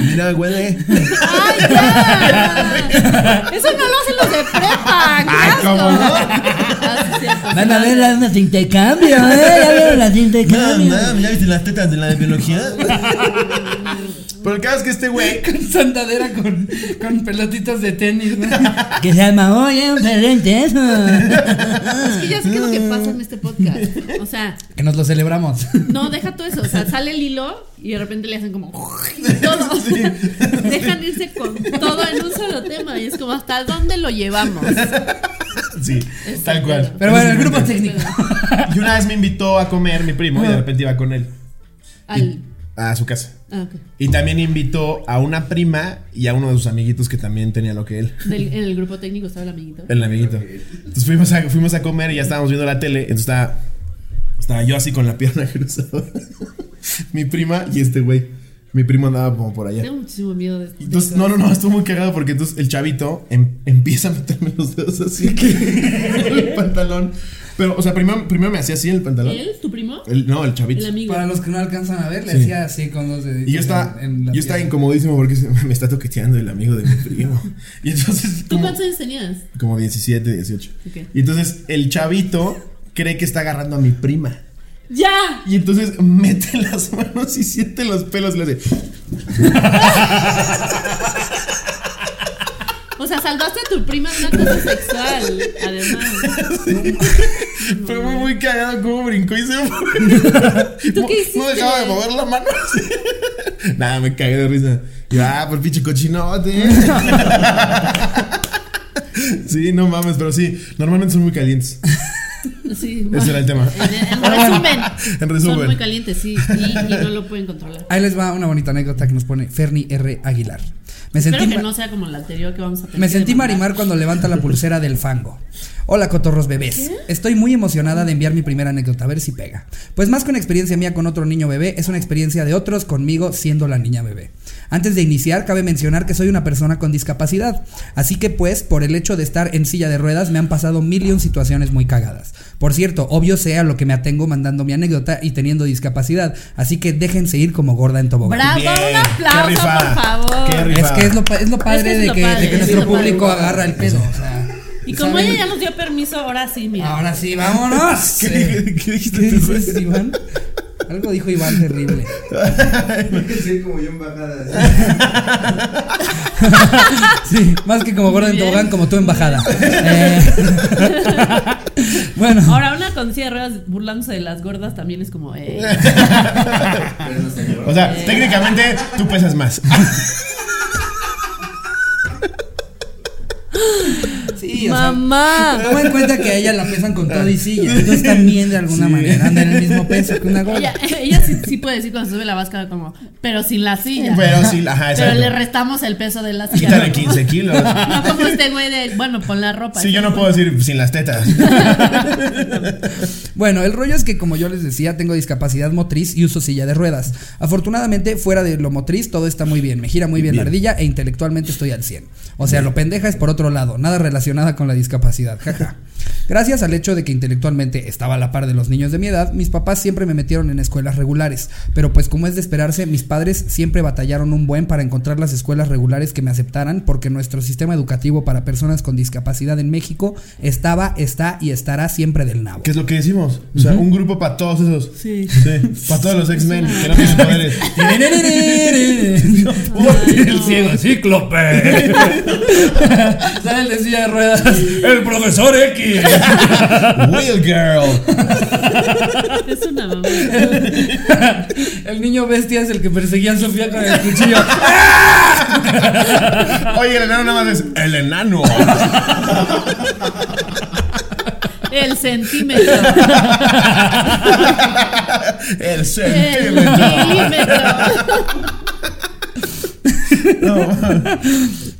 [SPEAKER 2] Mira, huele.
[SPEAKER 3] ¡Ay, ya! Eso no lo hacen los de prepa. ¡Qué
[SPEAKER 2] Ay,
[SPEAKER 3] asco!
[SPEAKER 2] ¿cómo no?
[SPEAKER 3] Ah, sí, cierto,
[SPEAKER 1] Van a
[SPEAKER 3] sí,
[SPEAKER 1] ver
[SPEAKER 3] la-
[SPEAKER 1] las de intercambio, ¿eh? Ya vieron las de intercambio.
[SPEAKER 2] ¿ya viste las tetas de la de biología? Pero el caso es que este güey
[SPEAKER 1] Con sandadera con, con pelotitas de tenis, ¿no?
[SPEAKER 4] Que se armó, oye, un perrente eso.
[SPEAKER 3] Es que ya sé qué es lo que pasa en este podcast. O sea,
[SPEAKER 1] Que nos lo celebramos.
[SPEAKER 3] no, deja todo eso. O sea, sale el hilo y de repente le hacen como. y Todo. O sea, dejan irse con todo en un solo tema. Y es como, ¿hasta dónde lo llevamos?
[SPEAKER 2] Sí, tal cual.
[SPEAKER 1] Pero bueno, el grupo técnico.
[SPEAKER 2] Y una vez me invitó a comer mi primo y de repente iba con él
[SPEAKER 3] Al.
[SPEAKER 2] a su casa.
[SPEAKER 3] Ah, ok.
[SPEAKER 2] Y también invitó a una prima y a uno de sus amiguitos que también tenía lo que él,
[SPEAKER 3] Del- en el grupo técnico estaba el amiguito.
[SPEAKER 2] el amiguito. Entonces fuimos a, fuimos a comer y ya estábamos viendo la tele. Entonces estaba, estaba yo así con la pierna cruzada. mi prima y este güey. Mi primo andaba como por allá.
[SPEAKER 3] Tengo muchísimo miedo de este esto.
[SPEAKER 2] Entonces, no, no, no, estuvo muy cagado porque entonces el chavito em- empieza a meterme los dedos así que el pantalón. Pero, o sea, primero, primero me hacía así el pantalón.
[SPEAKER 3] ¿Él? ¿Tu primo?
[SPEAKER 2] El- no, el chavito.
[SPEAKER 3] El amigo.
[SPEAKER 1] Para los que no alcanzan a ver, le
[SPEAKER 2] Sí.
[SPEAKER 1] hacía así con los deditos.
[SPEAKER 2] Y yo estaba,
[SPEAKER 1] en- en la
[SPEAKER 2] yo estaba
[SPEAKER 1] pierna.
[SPEAKER 2] incomodísimo porque se- me está toqueteando el amigo de mi primo. Y entonces,
[SPEAKER 3] ¿Tú
[SPEAKER 2] como,
[SPEAKER 3] cuántos años tenías?
[SPEAKER 2] como 17, 18.
[SPEAKER 3] Ok.
[SPEAKER 2] Y entonces el chavito cree que está agarrando a mi prima.
[SPEAKER 3] ¡Ya!
[SPEAKER 2] Y entonces mete las manos y siente los pelos. y Le hace,
[SPEAKER 3] O sea, salvaste a tu prima de un acoso sexual. Además.
[SPEAKER 2] Fue muy, muy cagado cómo brincó y se fue.
[SPEAKER 3] ¿Tú qué hiciste?
[SPEAKER 2] No dejaba de mover la mano. Nada, me cagué de risa. Yo, ah, por pinche cochinote. sí, no mames, pero sí, normalmente son muy calientes.
[SPEAKER 3] Sí,
[SPEAKER 2] Ese era el tema.
[SPEAKER 3] En, en resumen.
[SPEAKER 2] En resumen.
[SPEAKER 3] Son muy calientes, sí. Y, y no lo pueden controlar.
[SPEAKER 1] Ahí les va una bonita anécdota que nos pone Ferni R. Aguilar. Me sentí,
[SPEAKER 3] Espero que
[SPEAKER 1] ma-
[SPEAKER 3] no sea como la anterior que vamos a tener.
[SPEAKER 1] me
[SPEAKER 3] que
[SPEAKER 1] sentí
[SPEAKER 3] demandar.
[SPEAKER 1] marimar cuando levanta la pulsera del fango. Hola, cotorros bebés. Estoy muy emocionada de enviar mi primera anécdota, a ver si pega. Pues más que una experiencia mía con otro niño bebé, es una experiencia de otros conmigo siendo la niña bebé. Antes de iniciar, cabe mencionar que soy una persona con discapacidad. Así que pues, por el hecho de estar en silla de ruedas, me han pasado mil y un situaciones muy cagadas. Por cierto, obvio sea lo que me atengo mandando mi anécdota y teniendo discapacidad. Así que déjense ir como gorda en tobogán.
[SPEAKER 3] Bravo, un aplauso,
[SPEAKER 2] qué rifada,
[SPEAKER 3] por favor.
[SPEAKER 2] qué
[SPEAKER 1] Es
[SPEAKER 2] rifada.
[SPEAKER 1] que es lo, pa- es lo
[SPEAKER 3] Es que
[SPEAKER 1] padre,
[SPEAKER 3] es
[SPEAKER 1] de,
[SPEAKER 3] lo
[SPEAKER 1] que,
[SPEAKER 3] padre,
[SPEAKER 1] de que
[SPEAKER 3] es
[SPEAKER 1] nuestro
[SPEAKER 3] lo padre.
[SPEAKER 1] público agarra el pedo. o sea,
[SPEAKER 3] Y como
[SPEAKER 1] ¿saben?
[SPEAKER 3] ella ya nos dio permiso, ahora sí, mira.
[SPEAKER 2] Ah.
[SPEAKER 1] Ahora sí, vámonos.
[SPEAKER 2] ¿Qué,
[SPEAKER 1] Eh,
[SPEAKER 2] qué dijiste
[SPEAKER 1] ¿Qué
[SPEAKER 2] tú, güey?
[SPEAKER 1] dices, Iván? Algo dijo Iván terrible.
[SPEAKER 5] Soy como yo en bajada.
[SPEAKER 1] Sí, más que como gordo en
[SPEAKER 3] Bien.
[SPEAKER 1] tobogán, como tú embajada. Eh, bueno,
[SPEAKER 3] Ahora, una con silla de ruedas burlándose de las gordas también es como, eh.
[SPEAKER 5] Pero no señor.
[SPEAKER 2] O sea, técnicamente tú pesas más.
[SPEAKER 1] sí, o sea,
[SPEAKER 3] ¡Mamá!
[SPEAKER 1] toma en cuenta que a ella la pesan con todo y silla. Entonces también de alguna
[SPEAKER 2] Sí.
[SPEAKER 1] manera andan en el mismo peso que una
[SPEAKER 3] Ella,
[SPEAKER 1] gorda.
[SPEAKER 3] ella sí, sí puede decir cuando se sube la vasca como, pero sin la silla.
[SPEAKER 2] Pero sí, ajá,
[SPEAKER 3] Pero
[SPEAKER 2] exacto.
[SPEAKER 3] le restamos el peso de la silla.
[SPEAKER 2] Quítale 15 kilos.
[SPEAKER 3] No como este güey de, bueno, pon la ropa.
[SPEAKER 2] Sí, yo no puedo decir sin las tetas.
[SPEAKER 1] Bueno, el rollo es que como yo les decía, tengo discapacidad motriz y uso silla de ruedas. Afortunadamente, fuera de lo motriz, todo está muy bien. Me gira muy bien, la
[SPEAKER 2] Bien.
[SPEAKER 1] ardilla e intelectualmente estoy al 100. O sea, lo pendeja es por otro lado, nada relacionada con la discapacidad, jaja. Gracias al hecho de que intelectualmente estaba a la par de los niños de mi edad, mis papás siempre me metieron en escuelas regulares. Pero pues como es de esperarse, mis padres siempre batallaron un buen para encontrar las escuelas regulares que me aceptaran porque nuestro sistema educativo para personas con discapacidad en México estaba, está y estará siempre del nabo.
[SPEAKER 2] ¿Qué es lo que decimos? O sea, un grupo para todos esos.
[SPEAKER 3] Sí.
[SPEAKER 2] para todos los X-Men que no tienen poderes.
[SPEAKER 1] El ciego cíclope. Sale el de silla de ruedas. El profesor X.
[SPEAKER 2] Will. Will Girl.
[SPEAKER 3] Es una mamá.
[SPEAKER 1] El niño bestia es el que perseguía a Sofía con el cuchillo.
[SPEAKER 2] Oye, el enano nada más es el enano.
[SPEAKER 3] El centímetro.
[SPEAKER 2] el
[SPEAKER 3] El
[SPEAKER 2] centímetro.
[SPEAKER 3] milímetro.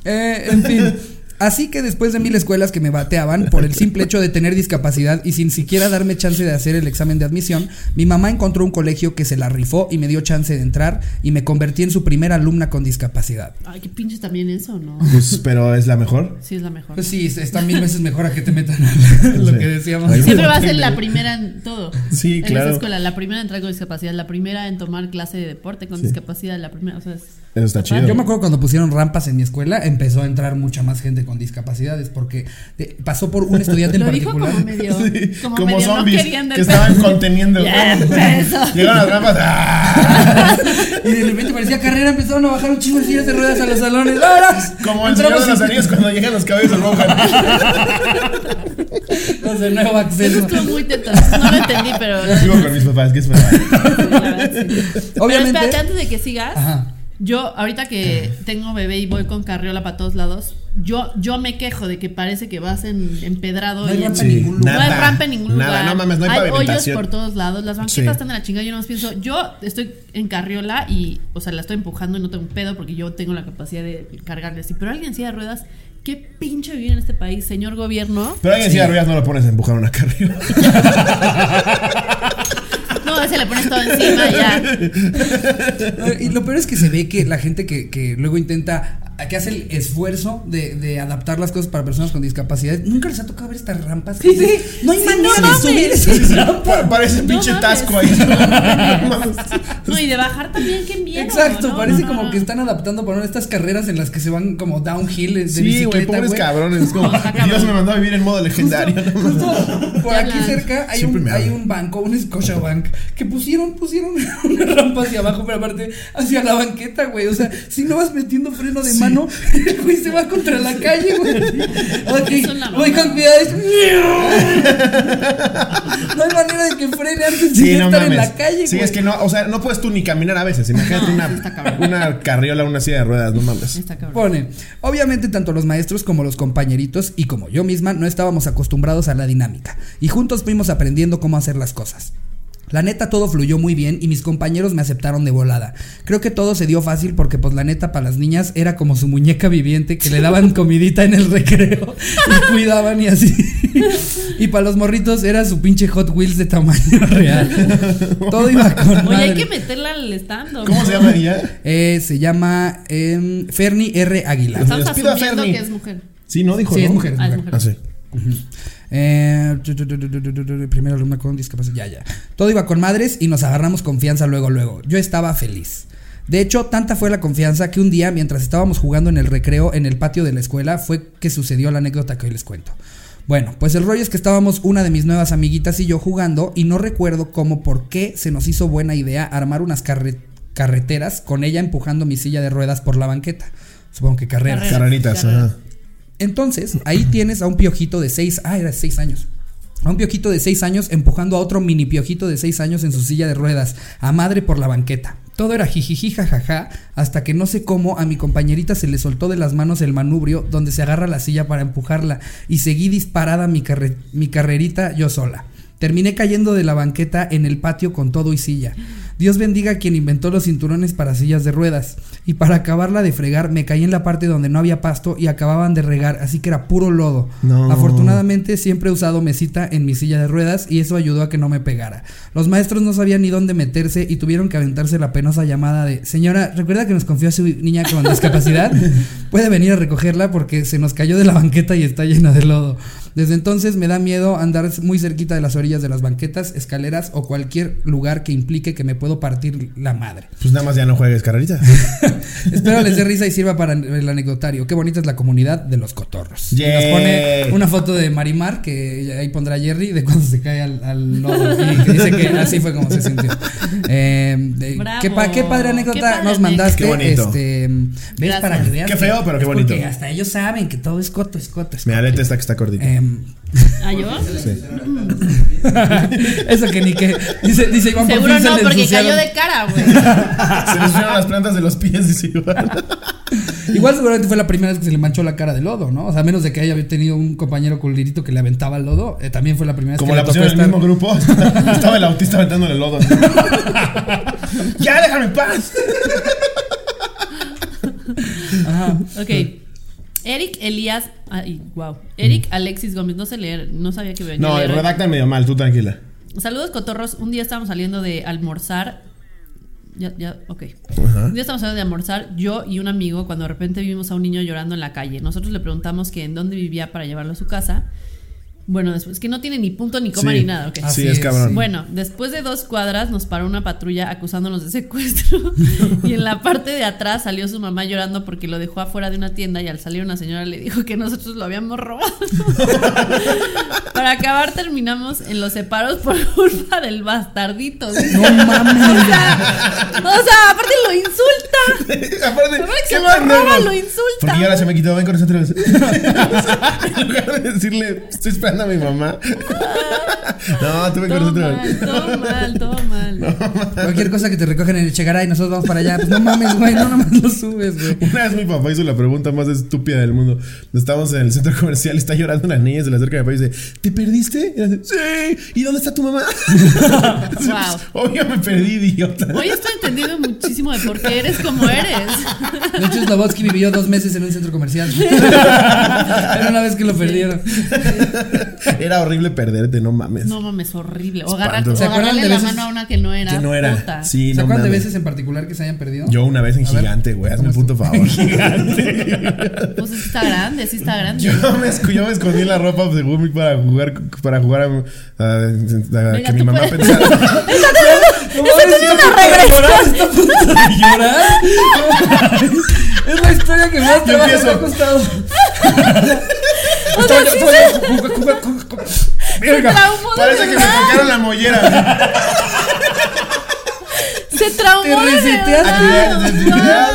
[SPEAKER 1] Eh, en fin. Así que después de mil escuelas que me bateaban por el simple hecho de tener discapacidad y sin siquiera darme chance de hacer el examen de admisión, mi mamá encontró un colegio que se la rifó y me dio chance de entrar y me convertí en su primera alumna con discapacidad.
[SPEAKER 3] Ay, qué pinche también eso, ¿no?
[SPEAKER 2] Pues, pero es la mejor.
[SPEAKER 3] Sí, es la mejor.
[SPEAKER 1] Pues sí, está mil veces mejor a que te metan a lo que decíamos.
[SPEAKER 2] Ay,
[SPEAKER 3] Siempre va a ser la primera en todo.
[SPEAKER 2] Sí,
[SPEAKER 3] en
[SPEAKER 2] claro.
[SPEAKER 3] esa escuela, la primera en entrar con discapacidad, la primera en tomar clase de deporte con discapacidad, la primera, o sea, es-
[SPEAKER 2] Eso está chido.
[SPEAKER 1] Yo me acuerdo cuando pusieron rampas en mi escuela, empezó a entrar mucha más gente con discapacidades porque de- pasó por un estudiante en
[SPEAKER 3] lo dijo
[SPEAKER 1] particular.
[SPEAKER 3] como medio,
[SPEAKER 2] Sí,
[SPEAKER 3] como,
[SPEAKER 2] como
[SPEAKER 3] medio no
[SPEAKER 2] zombies
[SPEAKER 3] querían de
[SPEAKER 2] que estaban conteniendo.
[SPEAKER 3] Ya, empezó.
[SPEAKER 2] Llegaron las ¡ah! trampas.
[SPEAKER 1] Y de repente parecía carrera, empezaron a bajar un chingo de sillas de ruedas a los salones. ¡Ahora!
[SPEAKER 2] Como el señor
[SPEAKER 1] Entramos
[SPEAKER 2] de los
[SPEAKER 1] y-
[SPEAKER 2] anillos cuando llegan los cabellos de roja.
[SPEAKER 1] Los de nuevo
[SPEAKER 3] Eso
[SPEAKER 1] acceso.
[SPEAKER 3] estuvo muy teto, eso no lo entendí, pero
[SPEAKER 2] Vivo con mis papás, que es verdad.
[SPEAKER 3] la verdad, sí.
[SPEAKER 1] Obviamente-
[SPEAKER 3] Pero espérate, antes de que sigas,
[SPEAKER 1] Ajá.
[SPEAKER 3] yo ahorita que tengo bebé y voy con carriola para todos lados, yo, yo me quejo de que parece que vas en, empedrado
[SPEAKER 1] No hay
[SPEAKER 3] y en-
[SPEAKER 1] rampa en ningún lugar.
[SPEAKER 2] nada,
[SPEAKER 3] no hay rampa en ningún
[SPEAKER 2] nada,
[SPEAKER 3] lugar.
[SPEAKER 2] no mames, no hay
[SPEAKER 3] hoyos
[SPEAKER 2] pavimentación.
[SPEAKER 3] por todos lados, las banquetas
[SPEAKER 2] Sí.
[SPEAKER 3] están de la chingada. Yo no más pienso, yo estoy en carriola y, o sea, la estoy empujando y no tengo un pedo porque yo tengo la capacidad de cargarle así. Pero alguien en silla de ruedas, qué pinche vivir en este país, señor gobierno.
[SPEAKER 2] Pero alguien si ruedas no lo pones a empujar una carrera.
[SPEAKER 3] No, se le pones todo encima y ya.
[SPEAKER 1] Eh, Y lo peor es que se ve que la gente que, que luego intenta, que hace el esfuerzo de, de adaptar las cosas para personas con discapacidad, nunca les ha tocado ver estas rampas. que dices, No hay
[SPEAKER 3] Sí,
[SPEAKER 1] manera
[SPEAKER 3] no
[SPEAKER 1] de
[SPEAKER 3] mames.
[SPEAKER 1] subir esas rampas.
[SPEAKER 2] Parece
[SPEAKER 3] No
[SPEAKER 2] pinche
[SPEAKER 3] mames.
[SPEAKER 2] tasco ahí.
[SPEAKER 3] No, mames. No, y de bajar también, qué miedo.
[SPEAKER 1] Exacto,
[SPEAKER 3] No,
[SPEAKER 1] parece
[SPEAKER 3] no,
[SPEAKER 1] como
[SPEAKER 3] no.
[SPEAKER 1] que están adaptando para estas carreras en las que se van como downhill de
[SPEAKER 2] Sí, güey,
[SPEAKER 1] bicicleta,
[SPEAKER 2] pobres
[SPEAKER 1] güey.
[SPEAKER 2] cabrones. Es como,
[SPEAKER 3] No, está cabrón.
[SPEAKER 2] Dios me mandó a vivir en modo legendario. no mames.
[SPEAKER 1] Justo por
[SPEAKER 3] Ya
[SPEAKER 1] aquí
[SPEAKER 3] hablan.
[SPEAKER 1] cerca hay
[SPEAKER 2] Siempre
[SPEAKER 1] un,
[SPEAKER 2] me
[SPEAKER 1] hay
[SPEAKER 2] hablan.
[SPEAKER 1] un banco, un Scotiabank, que pusieron, pusieron una rampa hacia abajo, pero aparte hacia la banqueta, güey. O sea, si no vas metiendo freno de mano, el güey se va contra la calle, güey.
[SPEAKER 3] Es una
[SPEAKER 1] Ok, voy
[SPEAKER 3] mamada.
[SPEAKER 1] con cuidado. es- No hay manera de que frene antes de
[SPEAKER 2] Sí,
[SPEAKER 1] ya
[SPEAKER 2] no
[SPEAKER 1] estar
[SPEAKER 2] mames.
[SPEAKER 1] en la calle,
[SPEAKER 2] sí,
[SPEAKER 1] güey.
[SPEAKER 2] es que no, o sea, no puedes tú ni caminar a veces. Imagínate
[SPEAKER 3] No, sí está
[SPEAKER 2] una,
[SPEAKER 3] cabrón.
[SPEAKER 2] una carriola, una silla de ruedas, no mames.
[SPEAKER 3] Está cabrón.
[SPEAKER 1] Pone, obviamente tanto los maestros como los compañeritos y como yo misma no estábamos acostumbrados a la dinámica y juntos fuimos aprendiendo cómo hacer las cosas. La neta todo fluyó muy bien y mis compañeros me aceptaron de volada. Creo que todo se dio fácil porque pues la neta para las niñas era como su muñeca viviente que le daban comidita en el recreo y cuidaban y así. Y para los morritos era su pinche Hot Wheels de tamaño real. Todo iba con
[SPEAKER 3] Oye, hay
[SPEAKER 1] madre.
[SPEAKER 3] que meterla al estando.
[SPEAKER 2] ¿Cómo se llama ella?
[SPEAKER 1] Eh, se llama em, Ferni R. Aguilar.
[SPEAKER 3] Estamos
[SPEAKER 2] Les pido a
[SPEAKER 3] asumiendo
[SPEAKER 2] Ferni.
[SPEAKER 3] que es mujer.
[SPEAKER 2] Sí, no dijo.
[SPEAKER 1] Sí,
[SPEAKER 2] ¿no?
[SPEAKER 1] es mujer.
[SPEAKER 3] Ah, es mujer.
[SPEAKER 2] Ah, sí.
[SPEAKER 1] Eh, tu, tu, tu, tu, tu, tu, tu, tu, primera alumna con discapacidad. Ya, ya. Todo iba con madres y nos agarramos confianza luego, luego. Yo estaba feliz. De hecho, tanta fue la confianza que un día, mientras estábamos jugando en el recreo en el patio de la escuela, fue que sucedió la anécdota que hoy les cuento. Bueno, pues el rollo es que estábamos una de mis nuevas amiguitas y yo jugando y no recuerdo cómo, por qué se nos hizo buena idea armar unas carre- carreteras con ella empujando mi silla de ruedas por la banqueta. Supongo que carreras.
[SPEAKER 3] Carreras.
[SPEAKER 2] Carreritas, ajá.
[SPEAKER 1] Entonces, ahí tienes a un piojito de 6, ah, era de 6 años. A un piojito de 6 años empujando a otro mini piojito de 6 años en su silla de ruedas, a madre por la banqueta. Todo era jijiji jajaja, hasta que no sé cómo a mi compañerita se le soltó de las manos el manubrio donde se agarra la silla para empujarla y seguí disparada mi, carre- mi carrerita yo sola. Terminé cayendo de la banqueta en el patio con todo y silla. Dios bendiga a quien inventó los cinturones para sillas de ruedas. Y para acabarla de fregar, me caí en la parte donde no había pasto y acababan de regar, así que era puro lodo.
[SPEAKER 2] No.
[SPEAKER 1] Afortunadamente siempre he usado mesita en mi silla de ruedas y eso ayudó a que no me pegara. Los maestros no sabían ni dónde meterse y tuvieron que aventarse la penosa llamada de Señora, ¿recuerda que nos confió a su niña con discapacidad? Puede venir a recogerla porque se nos cayó de la banqueta y está llena de lodo. Desde entonces me da miedo andar muy cerquita de las orillas de las banquetas, escaleras o cualquier lugar que implique que me puedo partir la madre.
[SPEAKER 2] Pues nada más ya no juegues carreritas.
[SPEAKER 1] Espero les dé risa y sirva para el anecdotario. Qué bonita es la comunidad de los cotorros. Y Nos
[SPEAKER 2] Yay.
[SPEAKER 1] pone una foto de Marimar, que ahí pondrá Jerry, de cuando se cae al, al lodo. Y que dice que así fue como se sintió. Eh, de-
[SPEAKER 3] Bravo.
[SPEAKER 1] qué, pa- qué padre anécdota
[SPEAKER 3] Qué padre
[SPEAKER 1] nos mandaste.
[SPEAKER 2] anécdota. Qué bonito.
[SPEAKER 1] Este, ¿Ves
[SPEAKER 3] Gracias.
[SPEAKER 1] para que veas?
[SPEAKER 2] Qué
[SPEAKER 1] que-
[SPEAKER 2] feo, pero qué
[SPEAKER 1] es
[SPEAKER 2] bonito.
[SPEAKER 1] Porque hasta ellos saben que todo es coto, es coto. Es
[SPEAKER 2] Me
[SPEAKER 1] coto.
[SPEAKER 2] aleta esta que está gordita.
[SPEAKER 1] Em,
[SPEAKER 3] ¿Ah, yo?
[SPEAKER 1] Eso que ni que. Dice, dice Iván por
[SPEAKER 3] Seguro
[SPEAKER 1] fin se
[SPEAKER 3] no,
[SPEAKER 1] le
[SPEAKER 3] porque
[SPEAKER 1] ensuciaron.
[SPEAKER 3] cayó de cara, güey.
[SPEAKER 2] Se les fueron las plantas de los pies y se iban.
[SPEAKER 1] Igual seguramente fue la primera vez que se le manchó la cara de lodo, ¿no? O sea, a menos de que haya tenido un compañero colirito que le aventaba el lodo, eh, también fue la primera vez
[SPEAKER 2] Como
[SPEAKER 1] que
[SPEAKER 2] la
[SPEAKER 1] le tocó
[SPEAKER 2] pusieron en el
[SPEAKER 1] estar-
[SPEAKER 2] mismo grupo, estaba el autista aventándole el lodo. ¡Ya, déjame en paz!
[SPEAKER 1] Ajá.
[SPEAKER 3] Ok. Eric Elías. Ay, wow. Eric Alexis Gómez. No sé leer. No sabía que venía.
[SPEAKER 2] Mm. No,
[SPEAKER 3] a leer.
[SPEAKER 2] redactan medio mal, tú tranquila.
[SPEAKER 3] Saludos, cotorros. Un día estábamos saliendo de almorzar. Ya, ya, ok.
[SPEAKER 2] ¿Ah?
[SPEAKER 3] Un día estábamos saliendo de almorzar, yo y un amigo, cuando de repente vimos a un niño llorando en la calle. Nosotros le preguntamos que en dónde vivía para llevarlo a su casa. Bueno, después, que no tiene ni punto ni coma
[SPEAKER 2] Sí.
[SPEAKER 3] ni nada, ok.
[SPEAKER 1] Ah,
[SPEAKER 2] Sí, es cabrón.
[SPEAKER 3] Bueno, después de dos cuadras nos paró una patrulla acusándonos de secuestro y en la parte de atrás salió su mamá llorando porque lo dejó afuera de una tienda y al salir una señora le dijo que nosotros lo habíamos robado. Para acabar terminamos en los separos por culpa del bastardito. O sea,
[SPEAKER 1] No mames.
[SPEAKER 3] o sea, aparte lo insulta.
[SPEAKER 2] Aparte,
[SPEAKER 3] Aparte que
[SPEAKER 2] qué
[SPEAKER 3] se lo roba,
[SPEAKER 2] pendejos.
[SPEAKER 3] lo insulta.
[SPEAKER 2] Porque yo ahora se me quitó, ven con nosotros. en lugar de decirle, estoy esperando a mi mamá. no, tú ven con
[SPEAKER 3] Ah. Todo
[SPEAKER 2] nosotros.
[SPEAKER 3] mal, todo mal, todo mal.
[SPEAKER 1] Cualquier cosa que te recogen en el Chegaray y nosotros vamos para allá. Pues no mames, güey, no nomás lo subes, güey.
[SPEAKER 2] Una vez mi papá hizo la pregunta más estúpida del mundo. Estamos en el centro comercial, está llorando una niña, se le acerca a mi papá y dice, ¿te perdiste? Y hace, sí, ¿y dónde está tu mamá?
[SPEAKER 3] Wow.
[SPEAKER 2] Obvio me perdí, idiota.
[SPEAKER 3] Hoy estoy entendiendo muchísimo de por qué eres como eres.
[SPEAKER 1] De hecho, Slobodsky vivió dos meses en un centro comercial. Era una vez que lo perdieron.
[SPEAKER 2] Era horrible perderte, no mames.
[SPEAKER 3] No mames, horrible. O, agarrar,
[SPEAKER 2] Espanto.
[SPEAKER 3] o
[SPEAKER 1] ¿Se acuerdan
[SPEAKER 3] agarrarle
[SPEAKER 1] de
[SPEAKER 3] la
[SPEAKER 1] veces
[SPEAKER 3] mano a una que no era.
[SPEAKER 2] que no era.
[SPEAKER 3] puta.
[SPEAKER 2] Sí,
[SPEAKER 1] ¿Se
[SPEAKER 2] no
[SPEAKER 1] acuerdan de
[SPEAKER 2] mames.
[SPEAKER 1] veces en particular que se hayan perdido?
[SPEAKER 2] Yo una vez en
[SPEAKER 1] ver,
[SPEAKER 2] gigante, güey, hazme un
[SPEAKER 1] ¿cómo
[SPEAKER 2] puto favor.
[SPEAKER 3] Pues sí está grande, sí está grande.
[SPEAKER 2] Yo me, escu- yo me escondí en la ropa según mi para jugar para jugar a, a- a- que
[SPEAKER 3] tú
[SPEAKER 2] mi mamá
[SPEAKER 3] puedes.
[SPEAKER 2] pensara.
[SPEAKER 1] ¿Llorar? es la historia que más trabajo me ha
[SPEAKER 2] empiezo.
[SPEAKER 1] costado.
[SPEAKER 3] O sea, sí se
[SPEAKER 2] pues, Verga,
[SPEAKER 3] traumó de
[SPEAKER 2] parece que me
[SPEAKER 3] verdad.
[SPEAKER 2] tocaron la mollera.
[SPEAKER 3] Se traumó.
[SPEAKER 1] Te
[SPEAKER 3] de
[SPEAKER 1] reseteaste.
[SPEAKER 3] verdad.
[SPEAKER 2] Actividad,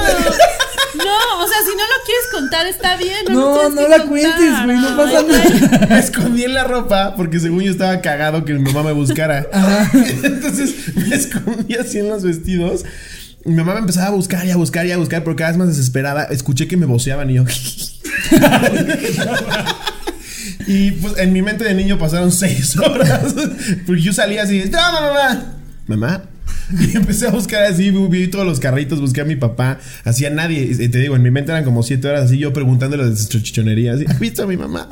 [SPEAKER 3] No, no, o sea, si no lo quieres contar, está bien.
[SPEAKER 1] No,
[SPEAKER 3] lo tienes
[SPEAKER 1] no
[SPEAKER 3] que
[SPEAKER 1] la
[SPEAKER 3] contar.
[SPEAKER 1] cuentes, güey, no pasa
[SPEAKER 3] Ay,
[SPEAKER 1] nada.
[SPEAKER 3] güey.
[SPEAKER 2] Me escondí en la ropa porque según yo estaba cagado que mi mamá me buscara. Entonces me escondí así en los vestidos. Y Mi mamá me empezaba a buscar y a buscar y a buscar, pero cada vez más desesperada. Escuché que me voceaban y yo. y pues en mi mente de niño pasaron seis horas. Porque yo salía así, ¡No, mamá! ¿Mamá? Y empecé a buscar así, vi- vi todos los carritos, busqué a mi papá, así a nadie. Y Te digo, en mi mente eran como siete horas así, yo preguntándole de chichonería, así, ¿has visto a mi mamá?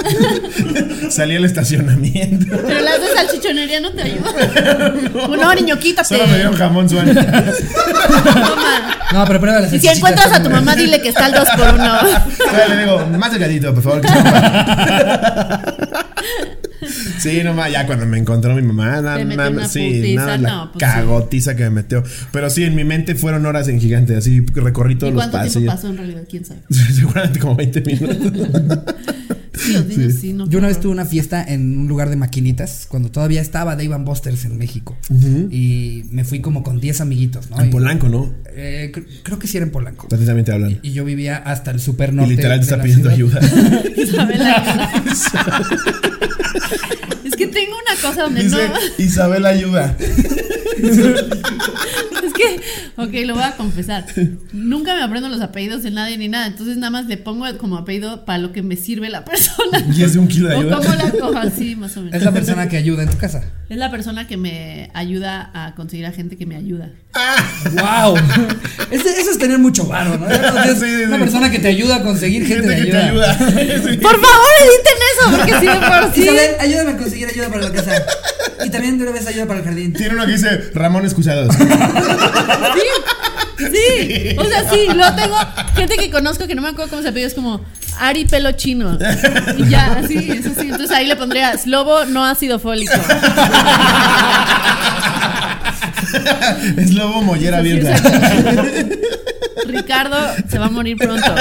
[SPEAKER 2] Salí al estacionamiento.
[SPEAKER 3] Pero las de salchichonería no te ayudan. No, niño, quítate.
[SPEAKER 2] Solo me dieron jamón suave.
[SPEAKER 3] Toma.
[SPEAKER 1] No, pero prueba las
[SPEAKER 3] Y si
[SPEAKER 1] salchichas,
[SPEAKER 3] encuentras a
[SPEAKER 1] ¿no?
[SPEAKER 3] tu mamá, dile que está el 2 por 1
[SPEAKER 2] Todavía le digo, más delgadito, por favor. que sea papá". Sí, nomás, ya cuando me encontró mi mamá, nada
[SPEAKER 3] Te metió una
[SPEAKER 2] más, sí,
[SPEAKER 3] putiza,
[SPEAKER 2] nada, la
[SPEAKER 3] no, pues sí.
[SPEAKER 2] cagotiza que me metió. Pero sí, en mi mente fueron horas en gigante, así recorrí
[SPEAKER 3] ¿Y
[SPEAKER 2] todos los
[SPEAKER 3] cuánto tiempo
[SPEAKER 2] pasillos.
[SPEAKER 3] pasó en realidad? ¿Quién sabe?
[SPEAKER 2] Seguramente como 20 minutos.
[SPEAKER 3] Sí, los niños sí, no.
[SPEAKER 1] Yo una vez
[SPEAKER 3] claro.
[SPEAKER 1] tuve una fiesta en un lugar de maquinitas cuando todavía estaba Dave and Busters en México. Y me fui como con 10 amiguitos, ¿no?
[SPEAKER 2] en
[SPEAKER 1] Y,
[SPEAKER 2] Polanco, ¿no?
[SPEAKER 1] eh, cr- creo que sí era en Polanco.
[SPEAKER 2] Precisamente hablan.
[SPEAKER 1] Y yo vivía hasta el super
[SPEAKER 2] Y
[SPEAKER 1] norte.
[SPEAKER 2] literal te
[SPEAKER 1] de
[SPEAKER 2] está
[SPEAKER 1] la
[SPEAKER 2] pidiendo
[SPEAKER 1] ciudad.
[SPEAKER 2] ayuda.
[SPEAKER 3] Isabela. es que tengo una cosa donde
[SPEAKER 2] Dice,
[SPEAKER 3] no.
[SPEAKER 2] Isabel ayuda.
[SPEAKER 3] Es que, ok, lo voy a confesar. Nunca me aprendo los apellidos de nadie ni nada. Entonces nada más le pongo como apellido para lo que me sirve la persona.
[SPEAKER 2] Y es de un kilo de
[SPEAKER 3] O
[SPEAKER 2] ayuda.
[SPEAKER 3] como la cojo así, más
[SPEAKER 1] Es
[SPEAKER 3] o menos.
[SPEAKER 1] la persona que ayuda en tu casa.
[SPEAKER 3] Es la persona que me ayuda a conseguir a gente que me ayuda.
[SPEAKER 1] ¡Wow! Ese- eso es tener mucho varo, ¿no? Es
[SPEAKER 2] Sí, sí,
[SPEAKER 1] una
[SPEAKER 2] sí.
[SPEAKER 1] persona que te ayuda a conseguir gente,
[SPEAKER 2] Gente
[SPEAKER 1] de
[SPEAKER 2] que te
[SPEAKER 1] ayuda.
[SPEAKER 2] ayuda. Sí.
[SPEAKER 3] Por favor, editen eso, porque si de por sí.
[SPEAKER 1] Isabel, ayúdame a conseguir ayuda para la casa. Y también de una vez ayuda para el jardín.
[SPEAKER 2] Tiene uno que dice Ramón Escuchados.
[SPEAKER 3] Sí, sí. O sea, sí, luego tengo gente que conozco que no me acuerdo cómo se apellida, es como Ari Pelo Chino. Y ya, así, eso sí. Entonces ahí le pondría Slobo no ácido fólico.
[SPEAKER 2] es lobo mollera
[SPEAKER 3] Sí,
[SPEAKER 2] abierta.
[SPEAKER 3] exacto. Ricardo se va a morir pronto.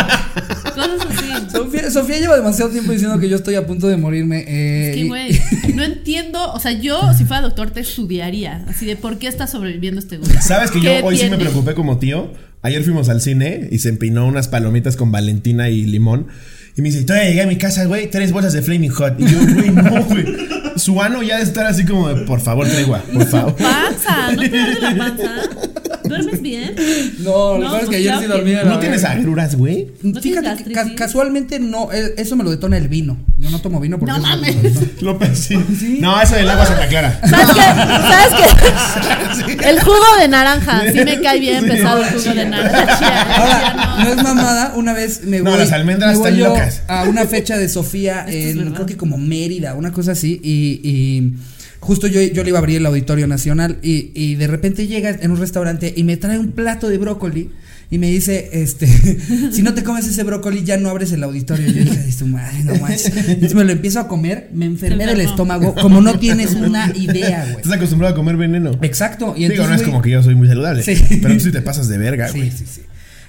[SPEAKER 3] Cosas así.
[SPEAKER 1] Sofía, Sofía lleva demasiado tiempo diciendo que yo estoy a punto de morirme. eh,
[SPEAKER 3] Es que,
[SPEAKER 1] y-
[SPEAKER 3] güey, no entiendo. O sea, yo, si fuera doctor, te estudiaría. Así de por qué está sobreviviendo este güey.
[SPEAKER 2] ¿Sabes que yo
[SPEAKER 3] ¿Qué
[SPEAKER 2] hoy sí me
[SPEAKER 3] tiene?
[SPEAKER 2] preocupé como tío? Ayer fuimos al cine y se empinó unas palomitas con Valentina y limón. Y me dice, todavía llegué a mi casa, güey, tres bolsas de Flaming Hot. Y yo, güey, no, güey. Su ano ya de estar así como de, por favor, tregua, por favor.
[SPEAKER 3] Panza, ¿no te duele la panza? ¿Duermes bien?
[SPEAKER 1] No, lo
[SPEAKER 3] No,
[SPEAKER 1] que pasa es que
[SPEAKER 3] pues
[SPEAKER 1] ayer
[SPEAKER 3] claro
[SPEAKER 1] sí
[SPEAKER 3] que
[SPEAKER 1] dormí. de la
[SPEAKER 2] ¿No tienes
[SPEAKER 1] verga.
[SPEAKER 2] agruras, güey?
[SPEAKER 3] ¿No tienes
[SPEAKER 1] Fíjate que ca-
[SPEAKER 3] gastritis?
[SPEAKER 1] casualmente no, eh, eso me lo detona el vino. Yo no tomo vino porque.
[SPEAKER 3] No
[SPEAKER 1] eso me lo
[SPEAKER 3] mames.
[SPEAKER 1] detona.
[SPEAKER 2] Lo pensé. No, eso del agua Santa Clara.
[SPEAKER 3] ¿Sabes qué? ¿Sabes qué? El jugo de naranja. Sí me cae bien
[SPEAKER 2] Sí,
[SPEAKER 3] pesado
[SPEAKER 2] no,
[SPEAKER 3] el jugo de
[SPEAKER 2] chía.
[SPEAKER 3] naranja. Chía,
[SPEAKER 1] Ahora,
[SPEAKER 3] chía,
[SPEAKER 1] no es mamada, una vez me
[SPEAKER 2] No,
[SPEAKER 1] voy,
[SPEAKER 2] las almendras
[SPEAKER 1] me voy
[SPEAKER 2] están
[SPEAKER 1] yo
[SPEAKER 2] locas.
[SPEAKER 1] a una fecha de Sofía
[SPEAKER 3] es
[SPEAKER 1] en
[SPEAKER 3] verdad.
[SPEAKER 1] creo que como Mérida, una cosa así y, y justo yo, yo le iba a abrir el Auditorio Nacional y, y de repente llega en un restaurante y me trae un plato de brócoli y me dice, este, si no te comes ese brócoli ya no abres el auditorio. Yo dije, "Ay, su madre, no manches". Entonces me lo empiezo a comer, me enfermé del
[SPEAKER 3] enfermó.
[SPEAKER 1] estómago, como no tienes una idea, güey.
[SPEAKER 2] Estás acostumbrado a comer veneno.
[SPEAKER 1] Exacto. Y
[SPEAKER 2] Digo,
[SPEAKER 1] entonces,
[SPEAKER 2] no es
[SPEAKER 1] güey,
[SPEAKER 2] como que yo soy muy saludable.
[SPEAKER 1] Sí.
[SPEAKER 2] Pero tú sí te pasas de verga, güey.
[SPEAKER 1] Sí, sí, sí.